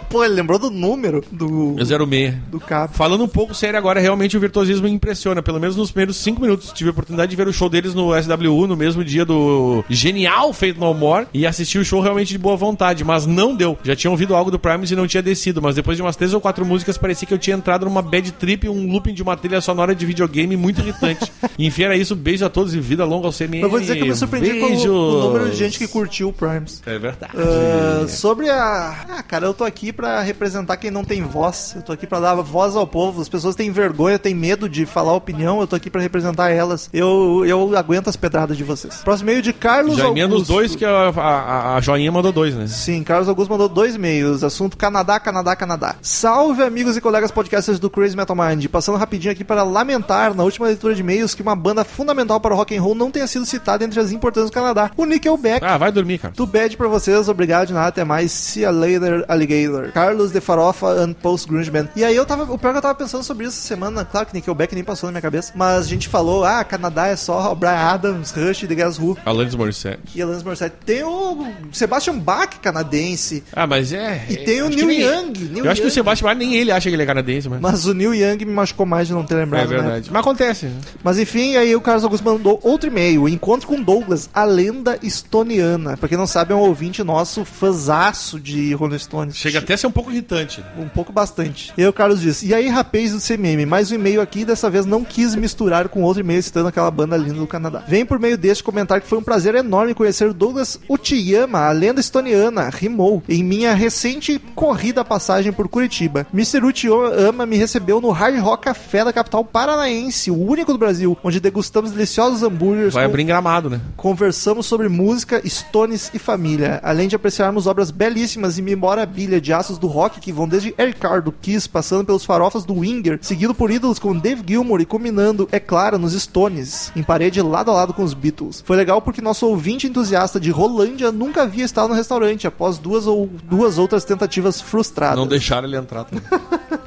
Pô, ele lembrou do número do, Eu 06. do cabo. Falando um pouco sério agora, realmente o virtuosismo me impressiona. Pelo menos nos primeiros cinco minutos. Tive a oportunidade de ver o show deles no SWU no mesmo dia do genial Feito No More e assisti o show realmente de boa vontade, mas não deu. Já tinha ouvido algo do Primus e não tinha descido, mas depois de umas três ou quatro músicas parecia que eu tinha entrado numa bad trip e um looping de uma trilha sonora de videogame muito irritante. Enfim, era isso. Beijo a todos e vida longa ao CMN. Eu vou dizer que eu me surpreendi com o- o número de gente que curte. curtiu o Primes. É verdade. Ah, sobre a. Ah, cara, eu tô aqui pra representar quem não tem voz. Eu tô aqui pra dar voz ao povo. As pessoas têm vergonha, têm medo de falar opinião. Eu tô aqui pra representar elas. Eu, eu aguento as pedradas de vocês. Próximo e-mail de Carlos Já emenda os Augusto. dois que a, a, a joinha mandou dois, né? Sim, Carlos Augusto mandou dois e-mails. Assunto Canadá, Canadá, Canadá. Salve, amigos e colegas podcasters do Crazy Metal Mind. Passando rapidinho aqui para lamentar, na última leitura de e-mails, que uma banda fundamental para o rock and roll não tenha sido citada entre as importantes do Canadá. O Nickelback. Ah, vai dormir, cara. Too bad pra vocês, obrigado de nada, até mais. See ya later, alligator. Carlos de Farofa and Post Grunge Band. E aí eu tava, o pior que eu tava pensando sobre isso essa semana, claro que Nickelback nem passou na minha cabeça, mas a gente falou, ah, Canadá é só Brian Adams, Rush, The Guess Who Alanis Morissette. e Alanis Morissette. Tem o Sebastian Bach canadense, Ah, mas é. E é, tem o acho Neil que nem- Young, Neil eu acho que o Young. Sebastian Bach nem ele acha que ele é canadense, mano. mas o Neil Young me machucou mais de não ter lembrado, É né? verdade. Mas acontece. Mas enfim, aí o Carlos Augusto mandou outro e-mail. Encontro com Douglas, a lenda estoniana. Pra quem não sabe, é um ouvinte nosso, fãzaço de Rolling Stones. Chega até a a ser um pouco irritante. Um pouco bastante. E aí o Carlos diz: E aí, rapaz do CMM, mais um e-mail aqui, dessa vez não quis misturar com outro e-mail citando aquela banda linda do Canadá. Vem por meio deste comentar que foi um prazer enorme conhecer o Douglas Utiyama, a lenda estoniana, rimou, em minha recente corrida passagem por Curitiba. Mr. Utiyama me recebeu no Hard Rock Café da capital paranaense, o único do Brasil, onde degustamos deliciosos hambúrgueres. Vai com- abrir em gramado, né? Conversamos sobre música, Stones e família, além de apreciarmos obras belíssimas e memorabilha de astros do rock que vão desde Eric Carr do Kiss, passando pelos farofas do Winger, seguido por ídolos como Dave Gilmour e culminando, é claro, nos Stones, em parede lado a lado com os Beatles. Foi legal porque nosso ouvinte entusiasta de Rolândia nunca havia estado no restaurante após duas ou duas outras tentativas frustradas. Não deixaram ele entrar. também.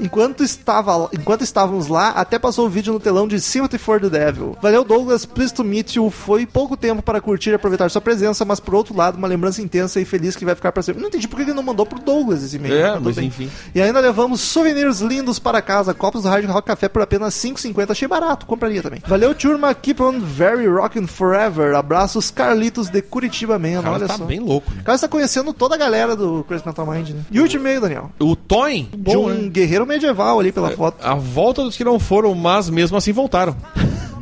Enquanto, estava, enquanto estávamos lá, até passou o vídeo no telão de Sympathy for the Devil. Valeu, Douglas. Pleased to meet you. Foi pouco tempo para curtir e aproveitar sua presença, mas por outro lado, uma lembrança intensa e feliz que vai ficar para sempre. Não entendi por que ele não mandou pro Douglas esse e-mail. É, Tudo mas bem. enfim. E ainda levamos souvenirs lindos para casa, copos do Hard Rock Café por apenas 5,50. Achei barato, compraria também. Valeu, turma. Keep on very rockin' forever. Abraços, Carlitos de Curitiba Man. O cara Olha tá só. bem louco. O Né? Carlos tá conhecendo toda a galera do Crazy Metal Mind, né? E último e-mail, Daniel O Toyn, de um guerreiro medieval ali pela foto. A volta dos que não foram, mas mesmo assim voltaram.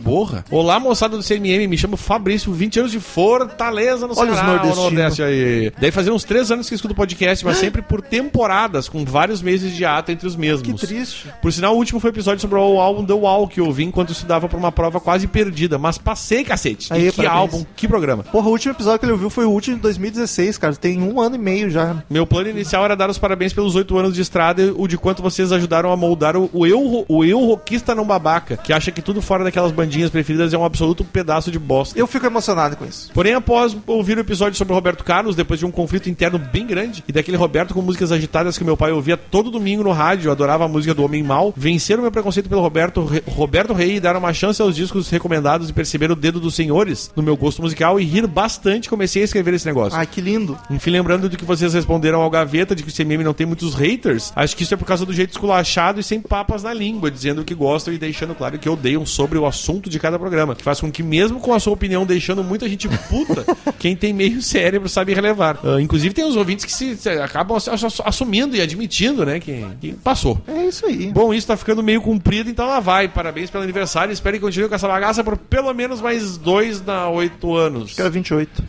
Porra. Olá, moçada do CMM, me chamo Fabrício, 20 anos de Fortaleza no Olha os Ceará, nordestinos. o Nordeste aí. Daí fazia uns 3 anos que escuto podcast, mas sempre por temporadas, com vários meses de ato entre os Que mesmos. triste. Por sinal, o último foi o episódio sobre o álbum The Wall que eu ouvi enquanto estudava pra uma prova quase perdida, mas passei, cacete. Aí, e que parabéns. álbum, que programa. Porra, o último episódio que ele ouviu foi o último de 2016, cara. Tem um ano e meio já. Meu plano inicial era dar os parabéns pelos oito anos de estrada e o de quanto vocês ajudaram a moldar o, o eu o eu roquista não babaca, que acha que tudo fora daquelas bandinhas preferidas é um absoluto pedaço de bosta. Eu fico emocionado com isso. Porém, após ouvir o episódio sobre o Roberto Carlos, depois de um conflito interno bem grande, e daquele Roberto com músicas agitadas que meu pai ouvia todo domingo no rádio, eu adorava a música do Homem Mal, vencer o meu preconceito pelo Roberto, Re- Roberto Rei e dar uma chance aos discos recomendados e perceber o dedo dos senhores no meu gosto musical e rir bastante, comecei a escrever esse negócio. Ai, que lindo. Enfim, lembrando do que vocês responderam ao Gaveta de que o CMM não tem muitos haters, acho que isso é por causa do jeito esculachado e sem papas na língua, dizendo o que gostam e deixando claro que odeiam sobre o assunto de cada programa, que faz com que, mesmo com a sua opinião deixando muita gente puta, quem tem meio cérebro sabe relevar. Ah, inclusive, tem uns ouvintes que se, se acabam ass- ass- assumindo e admitindo, né, que, que passou. É isso aí. Bom, isso tá ficando meio comprido, então lá vai. Parabéns pelo aniversário. Espero que continue com essa bagaça por pelo menos mais dois na oito anos. Era 28. Uh,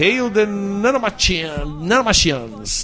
hail the Nanomachin- Nanomachines.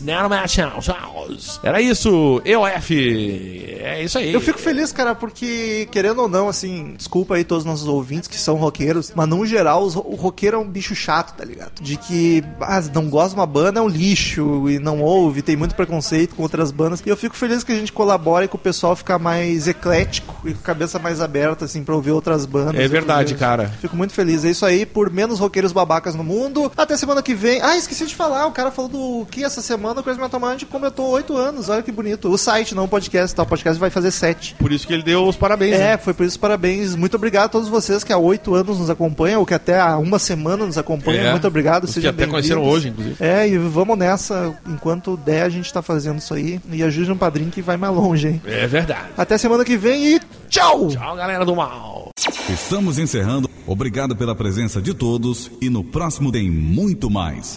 Nanomachines. Era isso, EOF. É isso aí. Eu fico feliz, cara, porque, querendo ou não, assim, desculpa aí todos os nossos ouvintes que são roqueiros, mas no geral, os ro- o roqueiro é um bicho chato, tá ligado? De que, ah, não gosta de uma banda, é um lixo, e não ouve, tem muito preconceito com outras bandas. E eu fico feliz que a gente colabora e que o pessoal fica mais eclético e com a cabeça mais aberta, assim, pra ouvir outras bandas. É verdade, Outros- cara. Fico muito feliz. É isso aí, por menos roqueiros babacas no mundo. Até semana que vem. Ah, esqueci de falar, o cara falou do que essa semana o Crazy Metal Mind completou oito anos. Olha que bonito. O site, não o podcast, tá? O podcast vai fazer sete. Por isso que ele deu os parabéns. né? É, foi por isso, parabéns. Muito obrigado a todos vocês que há oito anos nos acompanham, ou que até há uma semana nos acompanham. É. Muito obrigado, Os que sejam até conheceram bem-vindos. hoje, inclusive. É, e vamos nessa. Enquanto der, a gente tá fazendo isso aí. E ajude um padrinho que vai mais longe, hein? É verdade. Até semana que vem e tchau! Tchau, galera do mal. Estamos encerrando. Obrigado pela presença de todos e no próximo tem muito mais.